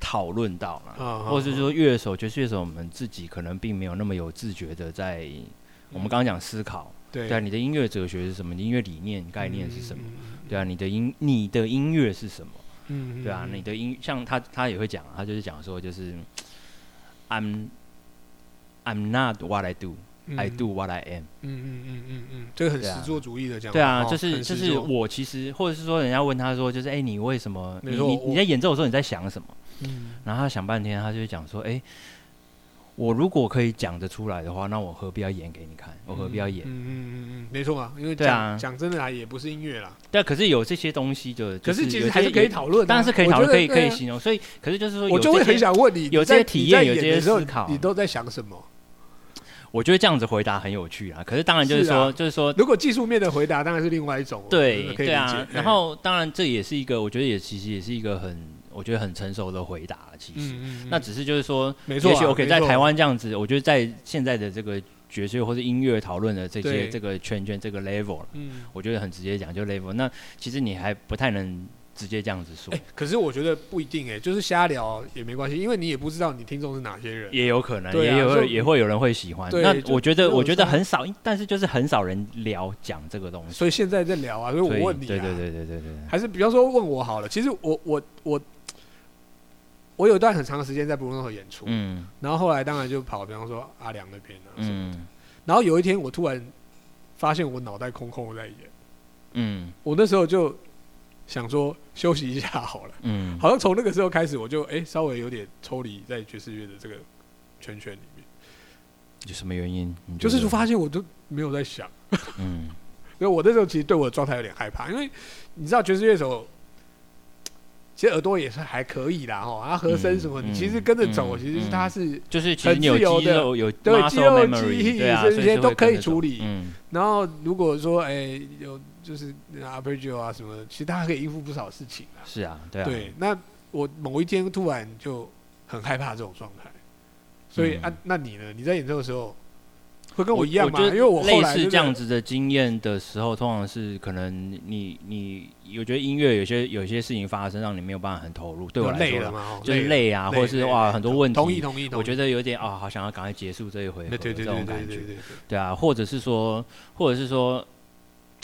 [SPEAKER 2] 讨论到了。
[SPEAKER 1] 啊，
[SPEAKER 2] 或是
[SPEAKER 1] 啊
[SPEAKER 2] 说乐手，爵士乐手，我们自己可能并没有那么有自觉的在，我们刚刚讲思考，
[SPEAKER 1] 嗯对
[SPEAKER 2] 对啊，你的音乐哲学是什么？你的音乐理念概念是什么？？
[SPEAKER 1] 嗯
[SPEAKER 2] 对啊，你的音你的音乐是什么？
[SPEAKER 1] 嗯，嗯
[SPEAKER 2] 对啊，你的音像他他也会讲，他就是讲说就是 I'm I'm not what I do, I，do what I am。
[SPEAKER 1] 嗯嗯嗯嗯嗯嗯，这个很
[SPEAKER 2] 对
[SPEAKER 1] 实
[SPEAKER 2] 啊
[SPEAKER 1] 作主义的讲法，
[SPEAKER 2] 对啊，
[SPEAKER 1] 哦
[SPEAKER 2] 就是就是，我其实，或者是说人家问他说，就是哎、你为什么？
[SPEAKER 1] 没
[SPEAKER 2] 你
[SPEAKER 1] 错
[SPEAKER 2] 你
[SPEAKER 1] 我
[SPEAKER 2] 你在演奏的时候你在想什么？
[SPEAKER 1] 很实作嗯
[SPEAKER 2] 然后他想半天，他就会讲说：“哎、我如果可以讲得出来的话，那我何必要演给你看？我何必要演？
[SPEAKER 1] 嗯嗯嗯嗯，没错啊，因为
[SPEAKER 2] 对啊
[SPEAKER 1] 讲讲真的啊，也不是音乐啦，
[SPEAKER 2] 但啊可是有这些东西的，
[SPEAKER 1] 可
[SPEAKER 2] 就是
[SPEAKER 1] 其实
[SPEAKER 2] 有
[SPEAKER 1] 还是
[SPEAKER 2] 这
[SPEAKER 1] 可以讨论啊，
[SPEAKER 2] 当然是可以讨
[SPEAKER 1] 我
[SPEAKER 2] 论，
[SPEAKER 1] 觉得
[SPEAKER 2] 可以可以
[SPEAKER 1] 对啊
[SPEAKER 2] 形容。所以，可是就是说，
[SPEAKER 1] 我就会很，想问你，
[SPEAKER 2] 有
[SPEAKER 1] 你
[SPEAKER 2] 这
[SPEAKER 1] 在
[SPEAKER 2] 些体验
[SPEAKER 1] 你在演
[SPEAKER 2] 有这些
[SPEAKER 1] 的时候
[SPEAKER 2] 思考
[SPEAKER 1] 你都在想什么？
[SPEAKER 2] 我觉得这样子回答很有趣啊。可是当然就是
[SPEAKER 1] 是
[SPEAKER 2] 说，
[SPEAKER 1] 啊
[SPEAKER 2] 就是说，
[SPEAKER 1] 如果技术面的回答当然是另外一种，我
[SPEAKER 2] 对
[SPEAKER 1] 觉得呃可以
[SPEAKER 2] 对
[SPEAKER 1] 理
[SPEAKER 2] 啊
[SPEAKER 1] 解。
[SPEAKER 2] 然，后当然这也是一个，我觉得也其实也是一个很，我觉得很成熟的回答啊。其实，
[SPEAKER 1] 嗯嗯，
[SPEAKER 2] 那只是就是说，
[SPEAKER 1] 没错啊，
[SPEAKER 2] 也许 OK，
[SPEAKER 1] 没
[SPEAKER 2] 在
[SPEAKER 1] 错
[SPEAKER 2] 台，湾这样子，我觉得在现在的这个爵士乐或者音乐讨论的这
[SPEAKER 1] 对
[SPEAKER 2] 些这个圈圈这个 level 了。
[SPEAKER 1] 嗯，
[SPEAKER 2] 我觉得很直接讲，就 level。那其实你还不太能直接这样子说，
[SPEAKER 1] 哎，可是我觉得不一定哎，就是瞎聊也没关系，因为你也不知道你听众是哪些人，
[SPEAKER 2] 也有可能，
[SPEAKER 1] 对啊
[SPEAKER 2] 也
[SPEAKER 1] 所
[SPEAKER 2] 有
[SPEAKER 1] 以
[SPEAKER 2] 也会有人会喜欢。
[SPEAKER 1] 对
[SPEAKER 2] 那
[SPEAKER 1] 就
[SPEAKER 2] 我觉得，
[SPEAKER 1] 就
[SPEAKER 2] 我觉得
[SPEAKER 1] 是
[SPEAKER 2] 很少，但是就是很少人聊讲这个东西。
[SPEAKER 1] 所以现在在聊啊，所以我
[SPEAKER 2] 所以
[SPEAKER 1] 问你，
[SPEAKER 2] 对对，对对对对，
[SPEAKER 1] 还是比方说问我好了，其实我我我我有一段很长的时间在布鲁诺河演出，
[SPEAKER 2] 嗯
[SPEAKER 1] 然后后来当然就跑，比方说阿良那边啊，
[SPEAKER 2] 嗯
[SPEAKER 1] 然后有一天我突然发现我脑袋空空的在演，
[SPEAKER 2] 嗯
[SPEAKER 1] 我那时候就想说休息一下好了。
[SPEAKER 2] 嗯，
[SPEAKER 1] 好像从那个时候开始，我就哎、诶稍微有点抽离在爵士乐的这个圈圈里面，
[SPEAKER 2] 有什么原因？你
[SPEAKER 1] 就是
[SPEAKER 2] 觉得
[SPEAKER 1] 就发现我就没有在想，
[SPEAKER 2] 嗯
[SPEAKER 1] 所以我那时候其实对我的状态有点害怕，因为你知道爵士乐手其实耳朵也是还可以啦哦，他和声什么，
[SPEAKER 2] 嗯
[SPEAKER 1] 你其实跟着走，
[SPEAKER 2] 嗯
[SPEAKER 1] 其实
[SPEAKER 2] 嗯
[SPEAKER 1] 他是
[SPEAKER 2] 就是其实你有
[SPEAKER 1] 很自由
[SPEAKER 2] 肌
[SPEAKER 1] 的
[SPEAKER 2] 肉有
[SPEAKER 1] 对
[SPEAKER 2] muscle
[SPEAKER 1] 肌肉
[SPEAKER 2] memory，
[SPEAKER 1] 记忆
[SPEAKER 2] 对啊，
[SPEAKER 1] 这
[SPEAKER 2] 所以
[SPEAKER 1] 些
[SPEAKER 2] 就
[SPEAKER 1] 都
[SPEAKER 2] 会
[SPEAKER 1] 可以
[SPEAKER 2] 跟着走
[SPEAKER 1] 处理
[SPEAKER 2] 嗯
[SPEAKER 1] 然后如果说哎、有就是呃 arpeggio 啊什么，其实他可以应付不少事情啊。
[SPEAKER 2] 是啊，对啊，
[SPEAKER 1] 对，那我某一天突然就很害怕这种状态，所以、
[SPEAKER 2] 嗯
[SPEAKER 1] 啊，那你呢？你在演奏的时候会跟
[SPEAKER 2] 我
[SPEAKER 1] 我一样
[SPEAKER 2] 我
[SPEAKER 1] 吗？
[SPEAKER 2] 觉
[SPEAKER 1] 因
[SPEAKER 2] 得
[SPEAKER 1] 为我后
[SPEAKER 2] 类
[SPEAKER 1] 来
[SPEAKER 2] 似
[SPEAKER 1] 就
[SPEAKER 2] 这样子的经验的时候，通常是可能你你我觉得音乐有些有些事情发生，让你没有办法很投入。对我来
[SPEAKER 1] 累
[SPEAKER 2] 说
[SPEAKER 1] 了
[SPEAKER 2] 啦，
[SPEAKER 1] 嘛，哦
[SPEAKER 2] 就是
[SPEAKER 1] 累
[SPEAKER 2] 累啊，
[SPEAKER 1] 了，
[SPEAKER 2] 或者是
[SPEAKER 1] 累
[SPEAKER 2] 哇
[SPEAKER 1] 累
[SPEAKER 2] 很多
[SPEAKER 1] 同
[SPEAKER 2] 问
[SPEAKER 1] 同意
[SPEAKER 2] 题，
[SPEAKER 1] 同意，
[SPEAKER 2] 我觉
[SPEAKER 1] 得
[SPEAKER 2] 得有点啊，好想要赶快结束这一回合
[SPEAKER 1] 对对
[SPEAKER 2] 这
[SPEAKER 1] 对对
[SPEAKER 2] 种
[SPEAKER 1] 对
[SPEAKER 2] 感
[SPEAKER 1] 对
[SPEAKER 2] 觉。
[SPEAKER 1] 对，
[SPEAKER 2] 对啊，或者是说，或者是说，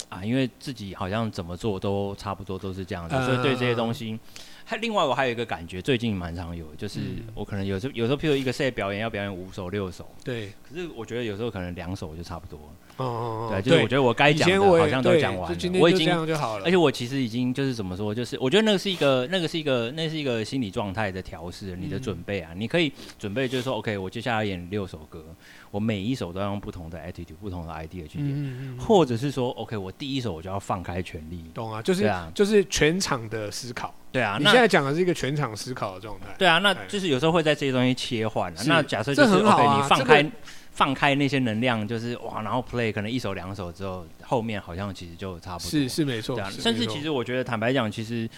[SPEAKER 2] 啊，因为自己好像怎么做都差不多都是这样子，
[SPEAKER 1] 嗯
[SPEAKER 2] 所以对这些东西，还另外我还有一个感觉，最近蛮常有，就是
[SPEAKER 1] 嗯
[SPEAKER 2] 我可能有时候有时候，譬如一个 set 表演要表演五首六首，
[SPEAKER 1] 对对
[SPEAKER 2] 可是我觉得有时候可能两首就差不多了，
[SPEAKER 1] 哦哦哦，
[SPEAKER 2] 对啊，就是我觉得我该
[SPEAKER 1] 以
[SPEAKER 2] 讲
[SPEAKER 1] 前
[SPEAKER 2] 的
[SPEAKER 1] 我也
[SPEAKER 2] 好像都
[SPEAKER 1] 对
[SPEAKER 2] 讲完
[SPEAKER 1] 就今
[SPEAKER 2] 了，
[SPEAKER 1] 天
[SPEAKER 2] 我已
[SPEAKER 1] 就这
[SPEAKER 2] 经。
[SPEAKER 1] 样就好了，
[SPEAKER 2] 而且我其实已经就是怎么说，就是我觉得那个是一个，那个是一个，那是一个心理状态的调试，你的
[SPEAKER 1] 嗯
[SPEAKER 2] 准备啊，你可以准备就是说，OK，我接下来演六首歌，我每一首都要用不同的 attitude、不同的 idea 去演，
[SPEAKER 1] 嗯嗯嗯嗯，
[SPEAKER 2] 或者是说，OK，我第一首我就要放开全力，
[SPEAKER 1] 懂啊，就是
[SPEAKER 2] 对啊
[SPEAKER 1] 就是全场的思考，
[SPEAKER 2] 对啊，
[SPEAKER 1] 你现
[SPEAKER 2] 那
[SPEAKER 1] 在讲的是一个全场思考的状态，
[SPEAKER 2] 对啊，那
[SPEAKER 1] 哎
[SPEAKER 2] 就是有时候会在这些东西切换、啊。
[SPEAKER 1] 是
[SPEAKER 2] 那假设就是
[SPEAKER 1] 这很好
[SPEAKER 2] OK，
[SPEAKER 1] 啊
[SPEAKER 2] 你放开、放开那些能量，就是哇，然后 play 可能一首两首之后，后面好像其实就差不多。
[SPEAKER 1] 是是没错
[SPEAKER 2] 对啊，，
[SPEAKER 1] 是
[SPEAKER 2] 甚
[SPEAKER 1] 没
[SPEAKER 2] 至
[SPEAKER 1] 错
[SPEAKER 2] 其实我觉得，坦白讲，其实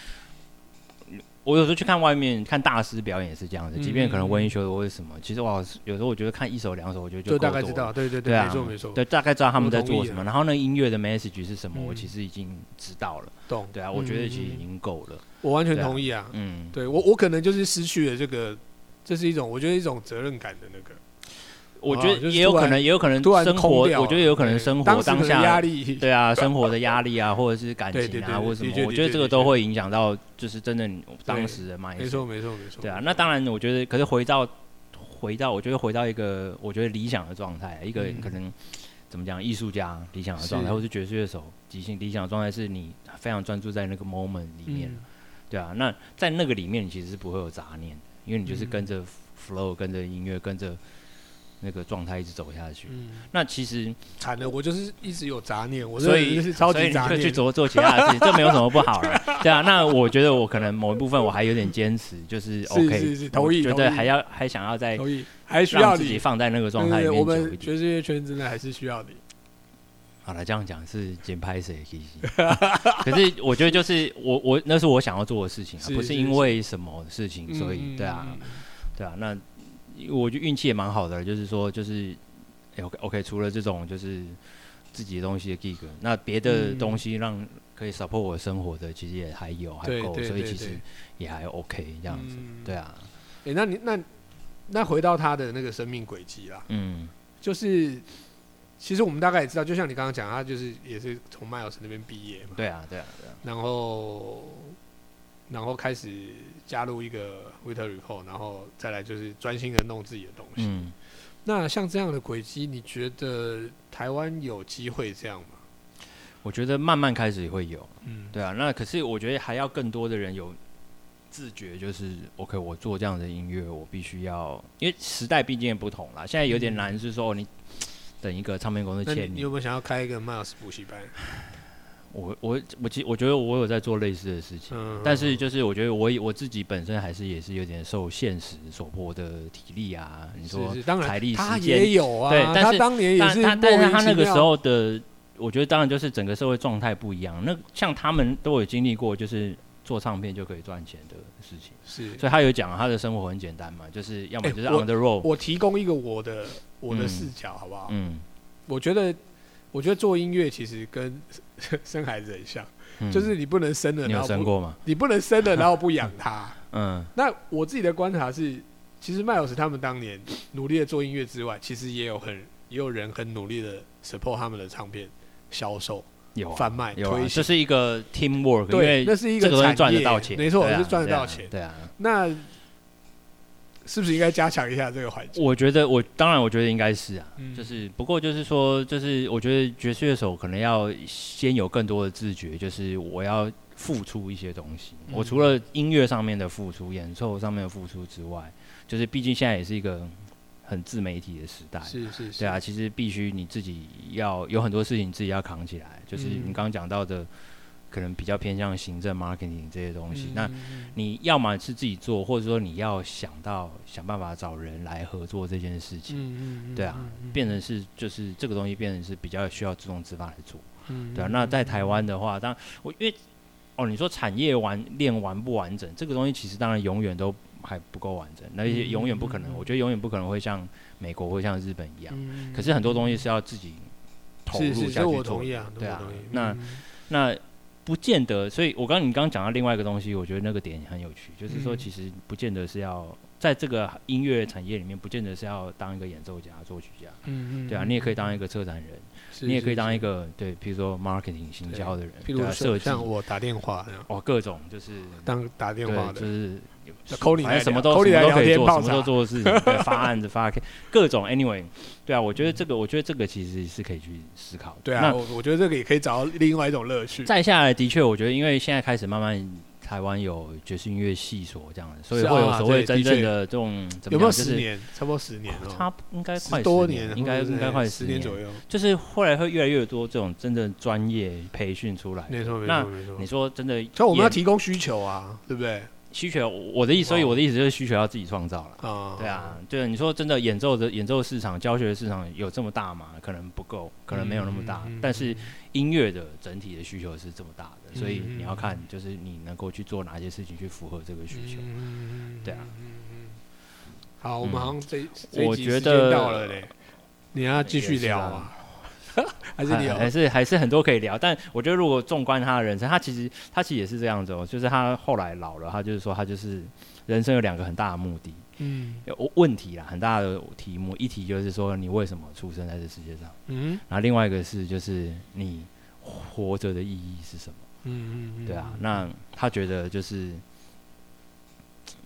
[SPEAKER 2] 嗯我有时候去看外面看大师表演也是这样子，
[SPEAKER 1] 嗯
[SPEAKER 2] 即便可能温一修或者什么，其实哇，有时候我觉得看一首两首，我觉得
[SPEAKER 1] 就大概
[SPEAKER 2] 够
[SPEAKER 1] 知
[SPEAKER 2] 多了
[SPEAKER 1] 道，对对
[SPEAKER 2] 对啊
[SPEAKER 1] 没错没错，
[SPEAKER 2] 对，大概知道他们在
[SPEAKER 1] 我同
[SPEAKER 2] 做
[SPEAKER 1] 意
[SPEAKER 2] 什
[SPEAKER 1] 啊
[SPEAKER 2] 么，然后那音乐的 message 是什么，
[SPEAKER 1] 嗯
[SPEAKER 2] 我其实已经知道了。
[SPEAKER 1] 懂，
[SPEAKER 2] 对啊，我觉得其实
[SPEAKER 1] 嗯
[SPEAKER 2] 已经够了。
[SPEAKER 1] 我完全
[SPEAKER 2] 对啊
[SPEAKER 1] 同意啊，
[SPEAKER 2] 嗯，
[SPEAKER 1] 对我我可能就是失去了这个，这是一种我觉得一种责任感的那个，
[SPEAKER 2] 我
[SPEAKER 1] 啊
[SPEAKER 2] 觉得
[SPEAKER 1] 就是
[SPEAKER 2] 也有
[SPEAKER 1] 突
[SPEAKER 2] 可
[SPEAKER 1] 然
[SPEAKER 2] 能，也有可能
[SPEAKER 1] 突然
[SPEAKER 2] 嗯生活，
[SPEAKER 1] 空掉了，
[SPEAKER 2] 我觉得有可能
[SPEAKER 1] 对
[SPEAKER 2] 生活
[SPEAKER 1] 当时可能压
[SPEAKER 2] 下，
[SPEAKER 1] 力，
[SPEAKER 2] 对啊，生活的压力啊，或者是感
[SPEAKER 1] 对对
[SPEAKER 2] 情
[SPEAKER 1] 对
[SPEAKER 2] 啊，或者什
[SPEAKER 1] 的确
[SPEAKER 2] 么，我
[SPEAKER 1] 的
[SPEAKER 2] 觉得
[SPEAKER 1] 确
[SPEAKER 2] 这
[SPEAKER 1] 的
[SPEAKER 2] 个
[SPEAKER 1] 确
[SPEAKER 2] 都会影响到，就是真的你当
[SPEAKER 1] 对
[SPEAKER 2] 时的 mindset。
[SPEAKER 1] 没错没错没错，
[SPEAKER 2] 对啊，那当然，我觉得，可是回到回到，我觉得回到一个我觉得理想的状态，啊一个
[SPEAKER 1] 嗯
[SPEAKER 2] 可能、怎么讲，艺术家理想的状态，
[SPEAKER 1] 是
[SPEAKER 2] 或是爵士乐手即兴理想的状态，是你非常专注在那个 moment 里面，
[SPEAKER 1] 嗯
[SPEAKER 2] 对啊，那在那个里面，你其实是不会有杂念，因为你就是
[SPEAKER 1] 嗯
[SPEAKER 2] 跟着 flow，跟着音乐，跟着那个状态一直走下去。
[SPEAKER 1] 嗯，
[SPEAKER 2] 那其实，
[SPEAKER 1] 惨了，我就是一直有杂念，我这
[SPEAKER 2] 所
[SPEAKER 1] 个
[SPEAKER 2] 以
[SPEAKER 1] 人是超
[SPEAKER 2] 所以
[SPEAKER 1] 级
[SPEAKER 2] 你
[SPEAKER 1] 杂
[SPEAKER 2] 就去
[SPEAKER 1] 念，
[SPEAKER 2] 做做其他的事情，这没有什么不好 啦。对啊，那我觉得我可能某一部分我还有点坚持，就是
[SPEAKER 1] 是
[SPEAKER 2] OK，
[SPEAKER 1] 是是
[SPEAKER 2] 我
[SPEAKER 1] 同意
[SPEAKER 2] 觉
[SPEAKER 1] 同意
[SPEAKER 2] 得还要还想要再
[SPEAKER 1] 同意，还需要
[SPEAKER 2] 让自己
[SPEAKER 1] 你，
[SPEAKER 2] 放在那个状态
[SPEAKER 1] 对
[SPEAKER 2] 里
[SPEAKER 1] 我
[SPEAKER 2] 面久一
[SPEAKER 1] 们
[SPEAKER 2] 点。
[SPEAKER 1] 爵士乐圈真的还是需要你，
[SPEAKER 2] 好了，这样讲是剪拍谁其实 可是我觉得就是我我那是我想要做的事情、啊，
[SPEAKER 1] 是
[SPEAKER 2] 不是
[SPEAKER 1] 是
[SPEAKER 2] 因为什么事情，所以
[SPEAKER 1] 嗯
[SPEAKER 2] 对啊，
[SPEAKER 1] 嗯嗯
[SPEAKER 2] 对啊，那我就运气也蛮好的，就是说就是、哎 OK OK，除了这种就是自己的东西的 gig，那别的
[SPEAKER 1] 嗯
[SPEAKER 2] 东西让可以 support 我生活的，其实也还有还
[SPEAKER 1] 对
[SPEAKER 2] 够，
[SPEAKER 1] 对
[SPEAKER 2] 所以
[SPEAKER 1] 对
[SPEAKER 2] 其实
[SPEAKER 1] 对
[SPEAKER 2] 也还 OK 这样子，
[SPEAKER 1] 嗯
[SPEAKER 2] 对啊，
[SPEAKER 1] 诶那你那那回到他的那个生命轨迹啦，
[SPEAKER 2] 嗯
[SPEAKER 1] 就是其实我们大概也知道，就像你刚刚讲，他就是也是从麦尔斯那边毕业嘛，
[SPEAKER 2] 对啊对啊对啊，
[SPEAKER 1] 然后然后开始加入一个 Winter Report，然后再来就是专心的弄自己的东西。
[SPEAKER 2] 嗯。
[SPEAKER 1] 那像这样的轨迹，你觉得台湾有机会这样吗？
[SPEAKER 2] 我觉得慢慢开始也会有，
[SPEAKER 1] 嗯，
[SPEAKER 2] 对啊，那可是我觉得还要更多的人有自觉，就是 OK，我做这样的音乐，我必须要，因为时代毕竟也不同啦，现在有点难，是说、哦你等一个唱片公
[SPEAKER 1] 嗯
[SPEAKER 2] 司
[SPEAKER 1] 那你
[SPEAKER 2] 签
[SPEAKER 1] 你
[SPEAKER 2] 你嗯
[SPEAKER 1] 有。没有想要开一个 Miles 补习班？
[SPEAKER 2] 我我我其实我觉得我有在做类似的事情，
[SPEAKER 1] 嗯，
[SPEAKER 2] 但是就是我觉得我也我自己本身还是也是有点受现实所迫的体力啊，你说
[SPEAKER 1] 是是当然
[SPEAKER 2] 财力
[SPEAKER 1] 他
[SPEAKER 2] 时间
[SPEAKER 1] 也有啊，
[SPEAKER 2] 对但
[SPEAKER 1] 他
[SPEAKER 2] 是
[SPEAKER 1] 当年也
[SPEAKER 2] 但
[SPEAKER 1] 是
[SPEAKER 2] 他
[SPEAKER 1] 莫
[SPEAKER 2] 但是
[SPEAKER 1] 名
[SPEAKER 2] 他
[SPEAKER 1] 其
[SPEAKER 2] 那个
[SPEAKER 1] 妙
[SPEAKER 2] 时候的，我觉得当然就是整个社会状态不一样。那像他们都有经历过，就是做唱片就可以赚钱的事情，
[SPEAKER 1] 是
[SPEAKER 2] 所以他有讲啊他的生活很简单嘛，就是要么
[SPEAKER 1] 哎
[SPEAKER 2] 就是
[SPEAKER 1] 我
[SPEAKER 2] on the road，、
[SPEAKER 1] 我提供一个我的我的
[SPEAKER 2] 嗯
[SPEAKER 1] 视角，好不好？
[SPEAKER 2] 嗯，
[SPEAKER 1] 我觉得，我觉得做音乐其实跟 生孩子很像，
[SPEAKER 2] 嗯
[SPEAKER 1] 就是你不能生了，
[SPEAKER 2] 你
[SPEAKER 1] 然
[SPEAKER 2] 有
[SPEAKER 1] 后
[SPEAKER 2] 生
[SPEAKER 1] 不，
[SPEAKER 2] 过吗？
[SPEAKER 1] 你不能生 了，然后不养它。
[SPEAKER 2] 嗯
[SPEAKER 1] 那我自己的观察是，其实麦老师他们当年努力的做音乐之外，其实也有很也有人很努力的 support 他们的唱片销售、
[SPEAKER 2] 有啊
[SPEAKER 1] 贩卖、
[SPEAKER 2] 有啊，
[SPEAKER 1] 推
[SPEAKER 2] 这
[SPEAKER 1] 行。
[SPEAKER 2] 是一个 teamwork，因
[SPEAKER 1] 对，
[SPEAKER 2] 为
[SPEAKER 1] 那是一
[SPEAKER 2] 这
[SPEAKER 1] 个
[SPEAKER 2] 东西
[SPEAKER 1] 产
[SPEAKER 2] 赚
[SPEAKER 1] 业，
[SPEAKER 2] 得到钱，
[SPEAKER 1] 没错，
[SPEAKER 2] 对啊
[SPEAKER 1] 是赚得到
[SPEAKER 2] 对啊
[SPEAKER 1] 钱。
[SPEAKER 2] 对啊，
[SPEAKER 1] 那是不是应该加强一下这个环节？
[SPEAKER 2] 我觉得我当然我觉得应该是啊，
[SPEAKER 1] 嗯
[SPEAKER 2] 就是不过就是说，就是我觉得爵士乐手可能要先有更多的自觉，就是我要付出一些东西。
[SPEAKER 1] 嗯
[SPEAKER 2] 我除了音乐上面的付出、演奏上面的付出之外，就是毕竟现在也是一个很自媒体的时代，
[SPEAKER 1] 是是是，
[SPEAKER 2] 对啊，其实必须你自己要有很多事情自己要扛起来，就是你
[SPEAKER 1] 嗯
[SPEAKER 2] 刚刚讲到的，可能比较偏向行政、marketing 这些东西。
[SPEAKER 1] 嗯
[SPEAKER 2] 那
[SPEAKER 1] 嗯
[SPEAKER 2] 你要么是自己做，或者说你要想到想办法找人来合作这件事情，
[SPEAKER 1] 嗯嗯
[SPEAKER 2] 对啊，
[SPEAKER 1] 嗯
[SPEAKER 2] 变成是就是这个东西变成是比较需要自动自发来做，
[SPEAKER 1] 嗯
[SPEAKER 2] 对啊。那在台湾的话，当然我因为哦，你说产业完链完不完整，这个东西其实当然永远都还不够完整，那也永远不可能，
[SPEAKER 1] 嗯嗯嗯
[SPEAKER 2] 我觉得永远不可能会像美国或像日本一样。
[SPEAKER 1] 嗯
[SPEAKER 2] 可是很多东西是要自己投入
[SPEAKER 1] 是是，
[SPEAKER 2] 下
[SPEAKER 1] 这
[SPEAKER 2] 去
[SPEAKER 1] 我
[SPEAKER 2] 做
[SPEAKER 1] 同意
[SPEAKER 2] 的
[SPEAKER 1] 啊，
[SPEAKER 2] 对啊
[SPEAKER 1] 我同意。
[SPEAKER 2] 那
[SPEAKER 1] 嗯
[SPEAKER 2] 那不见得，所以我刚你刚刚讲到另外一个东西，我觉得那个点很有趣，就是说
[SPEAKER 1] 嗯
[SPEAKER 2] 其实不见得是要在这个音乐产业里面，不见得是要当一个演奏家、作曲家，
[SPEAKER 1] 嗯嗯，
[SPEAKER 2] 对啊，
[SPEAKER 1] 嗯
[SPEAKER 2] 你也可以当一个策展人，
[SPEAKER 1] 是
[SPEAKER 2] 你也
[SPEAKER 1] 是
[SPEAKER 2] 可以当
[SPEAKER 1] 是
[SPEAKER 2] 一个对，譬如说 marketing 行
[SPEAKER 1] 对
[SPEAKER 2] 销的人，
[SPEAKER 1] 譬
[SPEAKER 2] 对啊，
[SPEAKER 1] 如
[SPEAKER 2] 设
[SPEAKER 1] 说
[SPEAKER 2] 计
[SPEAKER 1] 像我打电话这样，
[SPEAKER 2] 哦，各种就是
[SPEAKER 1] 当打电话的
[SPEAKER 2] 对，就，是
[SPEAKER 1] 那 Colin
[SPEAKER 2] 反
[SPEAKER 1] 来
[SPEAKER 2] 正什
[SPEAKER 1] 聊
[SPEAKER 2] 么都
[SPEAKER 1] ，Colin 来
[SPEAKER 2] 什么都
[SPEAKER 1] 聊
[SPEAKER 2] 可以
[SPEAKER 1] 天
[SPEAKER 2] 做，
[SPEAKER 1] 泡
[SPEAKER 2] 什么都
[SPEAKER 1] 茶
[SPEAKER 2] 做的事情，对发案子发各种 anyway，对啊，我觉得这个我觉得这个其实是可以去思考的。
[SPEAKER 1] 对啊，
[SPEAKER 2] 那
[SPEAKER 1] 我我觉得这个也可以找到另外一种乐趣。
[SPEAKER 2] 再下来，的确，我觉得因为现在开始慢慢台湾有爵士音乐系所这样的，所以
[SPEAKER 1] 是啊
[SPEAKER 2] 会有所谓
[SPEAKER 1] 对的确
[SPEAKER 2] 真正的这种怎么
[SPEAKER 1] 有没
[SPEAKER 2] 样，
[SPEAKER 1] 有
[SPEAKER 2] 就
[SPEAKER 1] 十
[SPEAKER 2] 是
[SPEAKER 1] 年？差不多十年哦，
[SPEAKER 2] 差不应该快
[SPEAKER 1] 十
[SPEAKER 2] 十
[SPEAKER 1] 多
[SPEAKER 2] 应
[SPEAKER 1] 或
[SPEAKER 2] 该
[SPEAKER 1] 者是
[SPEAKER 2] 应该快
[SPEAKER 1] 十
[SPEAKER 2] 年
[SPEAKER 1] 年左。右。
[SPEAKER 2] 就是后来会越来越多这种真正专业培训出来。
[SPEAKER 1] 没错，没
[SPEAKER 2] 那
[SPEAKER 1] 错，没错
[SPEAKER 2] 你。说真的，
[SPEAKER 1] 所以我们要
[SPEAKER 2] 也
[SPEAKER 1] 提哦供需求啊，对不对？
[SPEAKER 2] 需求，我的意思，所以
[SPEAKER 1] 哇
[SPEAKER 2] 我的意思就是需求要自己创造了。
[SPEAKER 1] 啊，
[SPEAKER 2] 对啊，对你说真的，演奏的演奏市场、教学市场有这么大吗？可能不够，可能没有那么大。
[SPEAKER 1] 嗯嗯嗯
[SPEAKER 2] 但是音乐的整体的需求是这么大的，
[SPEAKER 1] 嗯
[SPEAKER 2] 所以
[SPEAKER 1] 嗯
[SPEAKER 2] 你要看就是你能够去做哪些事情去符合这个需求。
[SPEAKER 1] 嗯
[SPEAKER 2] 对啊。
[SPEAKER 1] 嗯嗯好，我们
[SPEAKER 2] 嗯
[SPEAKER 1] 好像这这一
[SPEAKER 2] 我
[SPEAKER 1] 集
[SPEAKER 2] 觉
[SPEAKER 1] 时间
[SPEAKER 2] 得
[SPEAKER 1] 到了嘞，你要继续
[SPEAKER 2] 也是
[SPEAKER 1] 聊
[SPEAKER 2] 啊
[SPEAKER 1] 啊？还是你有
[SPEAKER 2] 还还是还是很多可以聊，但我觉得如果纵观他的人生，他其实他其实也是这样子哦，就是他后来老了，他就是说他就是人生有两个很大的目的，
[SPEAKER 1] 嗯
[SPEAKER 2] 有问题啦，很大的题目，一题就是说你为什么出生在这世界上，
[SPEAKER 1] 嗯
[SPEAKER 2] 然后另外一个是就是你活着的意义是什么。
[SPEAKER 1] 嗯嗯，
[SPEAKER 2] 对啊，那他觉得就是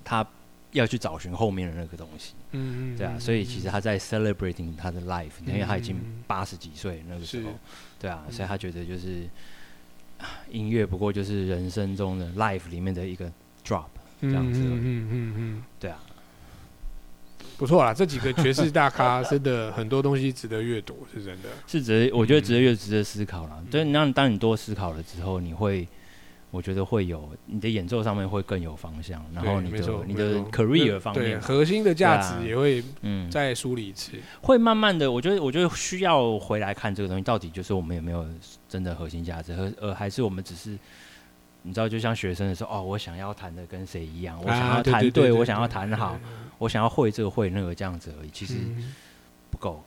[SPEAKER 2] 他要去找寻后面的那个东西，
[SPEAKER 1] 嗯嗯，
[SPEAKER 2] 对啊，
[SPEAKER 1] 嗯
[SPEAKER 2] 所以其实他在 celebrating 他的 life，因为他已经
[SPEAKER 1] 嗯
[SPEAKER 2] 八十几岁那个时候
[SPEAKER 1] 是，
[SPEAKER 2] 对啊，
[SPEAKER 1] 嗯
[SPEAKER 2] 所以他觉得就是啊音乐不过就是人生中的 life 里面的一个 drop，这样子
[SPEAKER 1] 嗯嗯嗯嗯，
[SPEAKER 2] 对啊，
[SPEAKER 1] 不错啦，这几个爵士大咖真的很多东西值得阅读，是真的。
[SPEAKER 2] 是值得，我觉得值得越值得思考了。
[SPEAKER 1] 嗯
[SPEAKER 2] 对，那当你多思考了之后，你会。我觉得会有你的演奏上面会更有方向，然后
[SPEAKER 1] 对
[SPEAKER 2] 你
[SPEAKER 1] 没
[SPEAKER 2] 的
[SPEAKER 1] 错
[SPEAKER 2] 你的
[SPEAKER 1] 没错
[SPEAKER 2] career 方
[SPEAKER 1] 对
[SPEAKER 2] 面，
[SPEAKER 1] 核心的价
[SPEAKER 2] 对啊
[SPEAKER 1] 值也会
[SPEAKER 2] 嗯，
[SPEAKER 1] 再梳理一次。
[SPEAKER 2] 会慢慢的，我觉得，我觉得需要回来看这个东西，到底就是我们有没有真的核心价值，和呃，还是我们只是，你知道，就像学生的时候，哦，我想要弹的跟谁一样，我想要
[SPEAKER 1] 啊对
[SPEAKER 2] 弹
[SPEAKER 1] 对对对
[SPEAKER 2] 我
[SPEAKER 1] 对
[SPEAKER 2] 想要弹好，我想要会这个会那个这样子而已，其实
[SPEAKER 1] 嗯
[SPEAKER 2] 不够，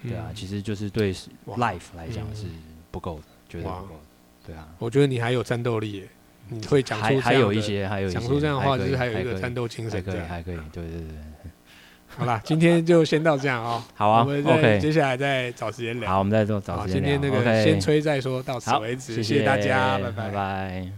[SPEAKER 2] 对啊，
[SPEAKER 1] 嗯
[SPEAKER 2] 其实就是对
[SPEAKER 1] 哇
[SPEAKER 2] life 来讲
[SPEAKER 1] 嗯
[SPEAKER 2] 是不够的，绝对
[SPEAKER 1] 哇
[SPEAKER 2] 不够的，对啊，
[SPEAKER 1] 我觉得你还有战斗力耶，你会讲出
[SPEAKER 2] 还
[SPEAKER 1] 这
[SPEAKER 2] 还
[SPEAKER 1] 样
[SPEAKER 2] 有一
[SPEAKER 1] 的
[SPEAKER 2] 些，还有一些
[SPEAKER 1] 讲出这样的话，
[SPEAKER 2] 可
[SPEAKER 1] 就
[SPEAKER 2] 以
[SPEAKER 1] 是还有
[SPEAKER 2] 还
[SPEAKER 1] 一个
[SPEAKER 2] 可以
[SPEAKER 1] 战斗精
[SPEAKER 2] 还
[SPEAKER 1] 神
[SPEAKER 2] 可
[SPEAKER 1] 这
[SPEAKER 2] 以，
[SPEAKER 1] 样。
[SPEAKER 2] 还可以，对对对，
[SPEAKER 1] 好啦，今天就先到这样哦。
[SPEAKER 2] 好啊
[SPEAKER 1] 我们再接
[SPEAKER 2] ，OK，
[SPEAKER 1] 下来再找时间聊。
[SPEAKER 2] 好，我们再做找
[SPEAKER 1] 好
[SPEAKER 2] 时
[SPEAKER 1] 今
[SPEAKER 2] 间聊
[SPEAKER 1] 天那个
[SPEAKER 2] ，OK
[SPEAKER 1] 先吹再说，到此
[SPEAKER 2] 好
[SPEAKER 1] 为止，
[SPEAKER 2] 谢
[SPEAKER 1] 谢大家，
[SPEAKER 2] 拜
[SPEAKER 1] 拜
[SPEAKER 2] 拜。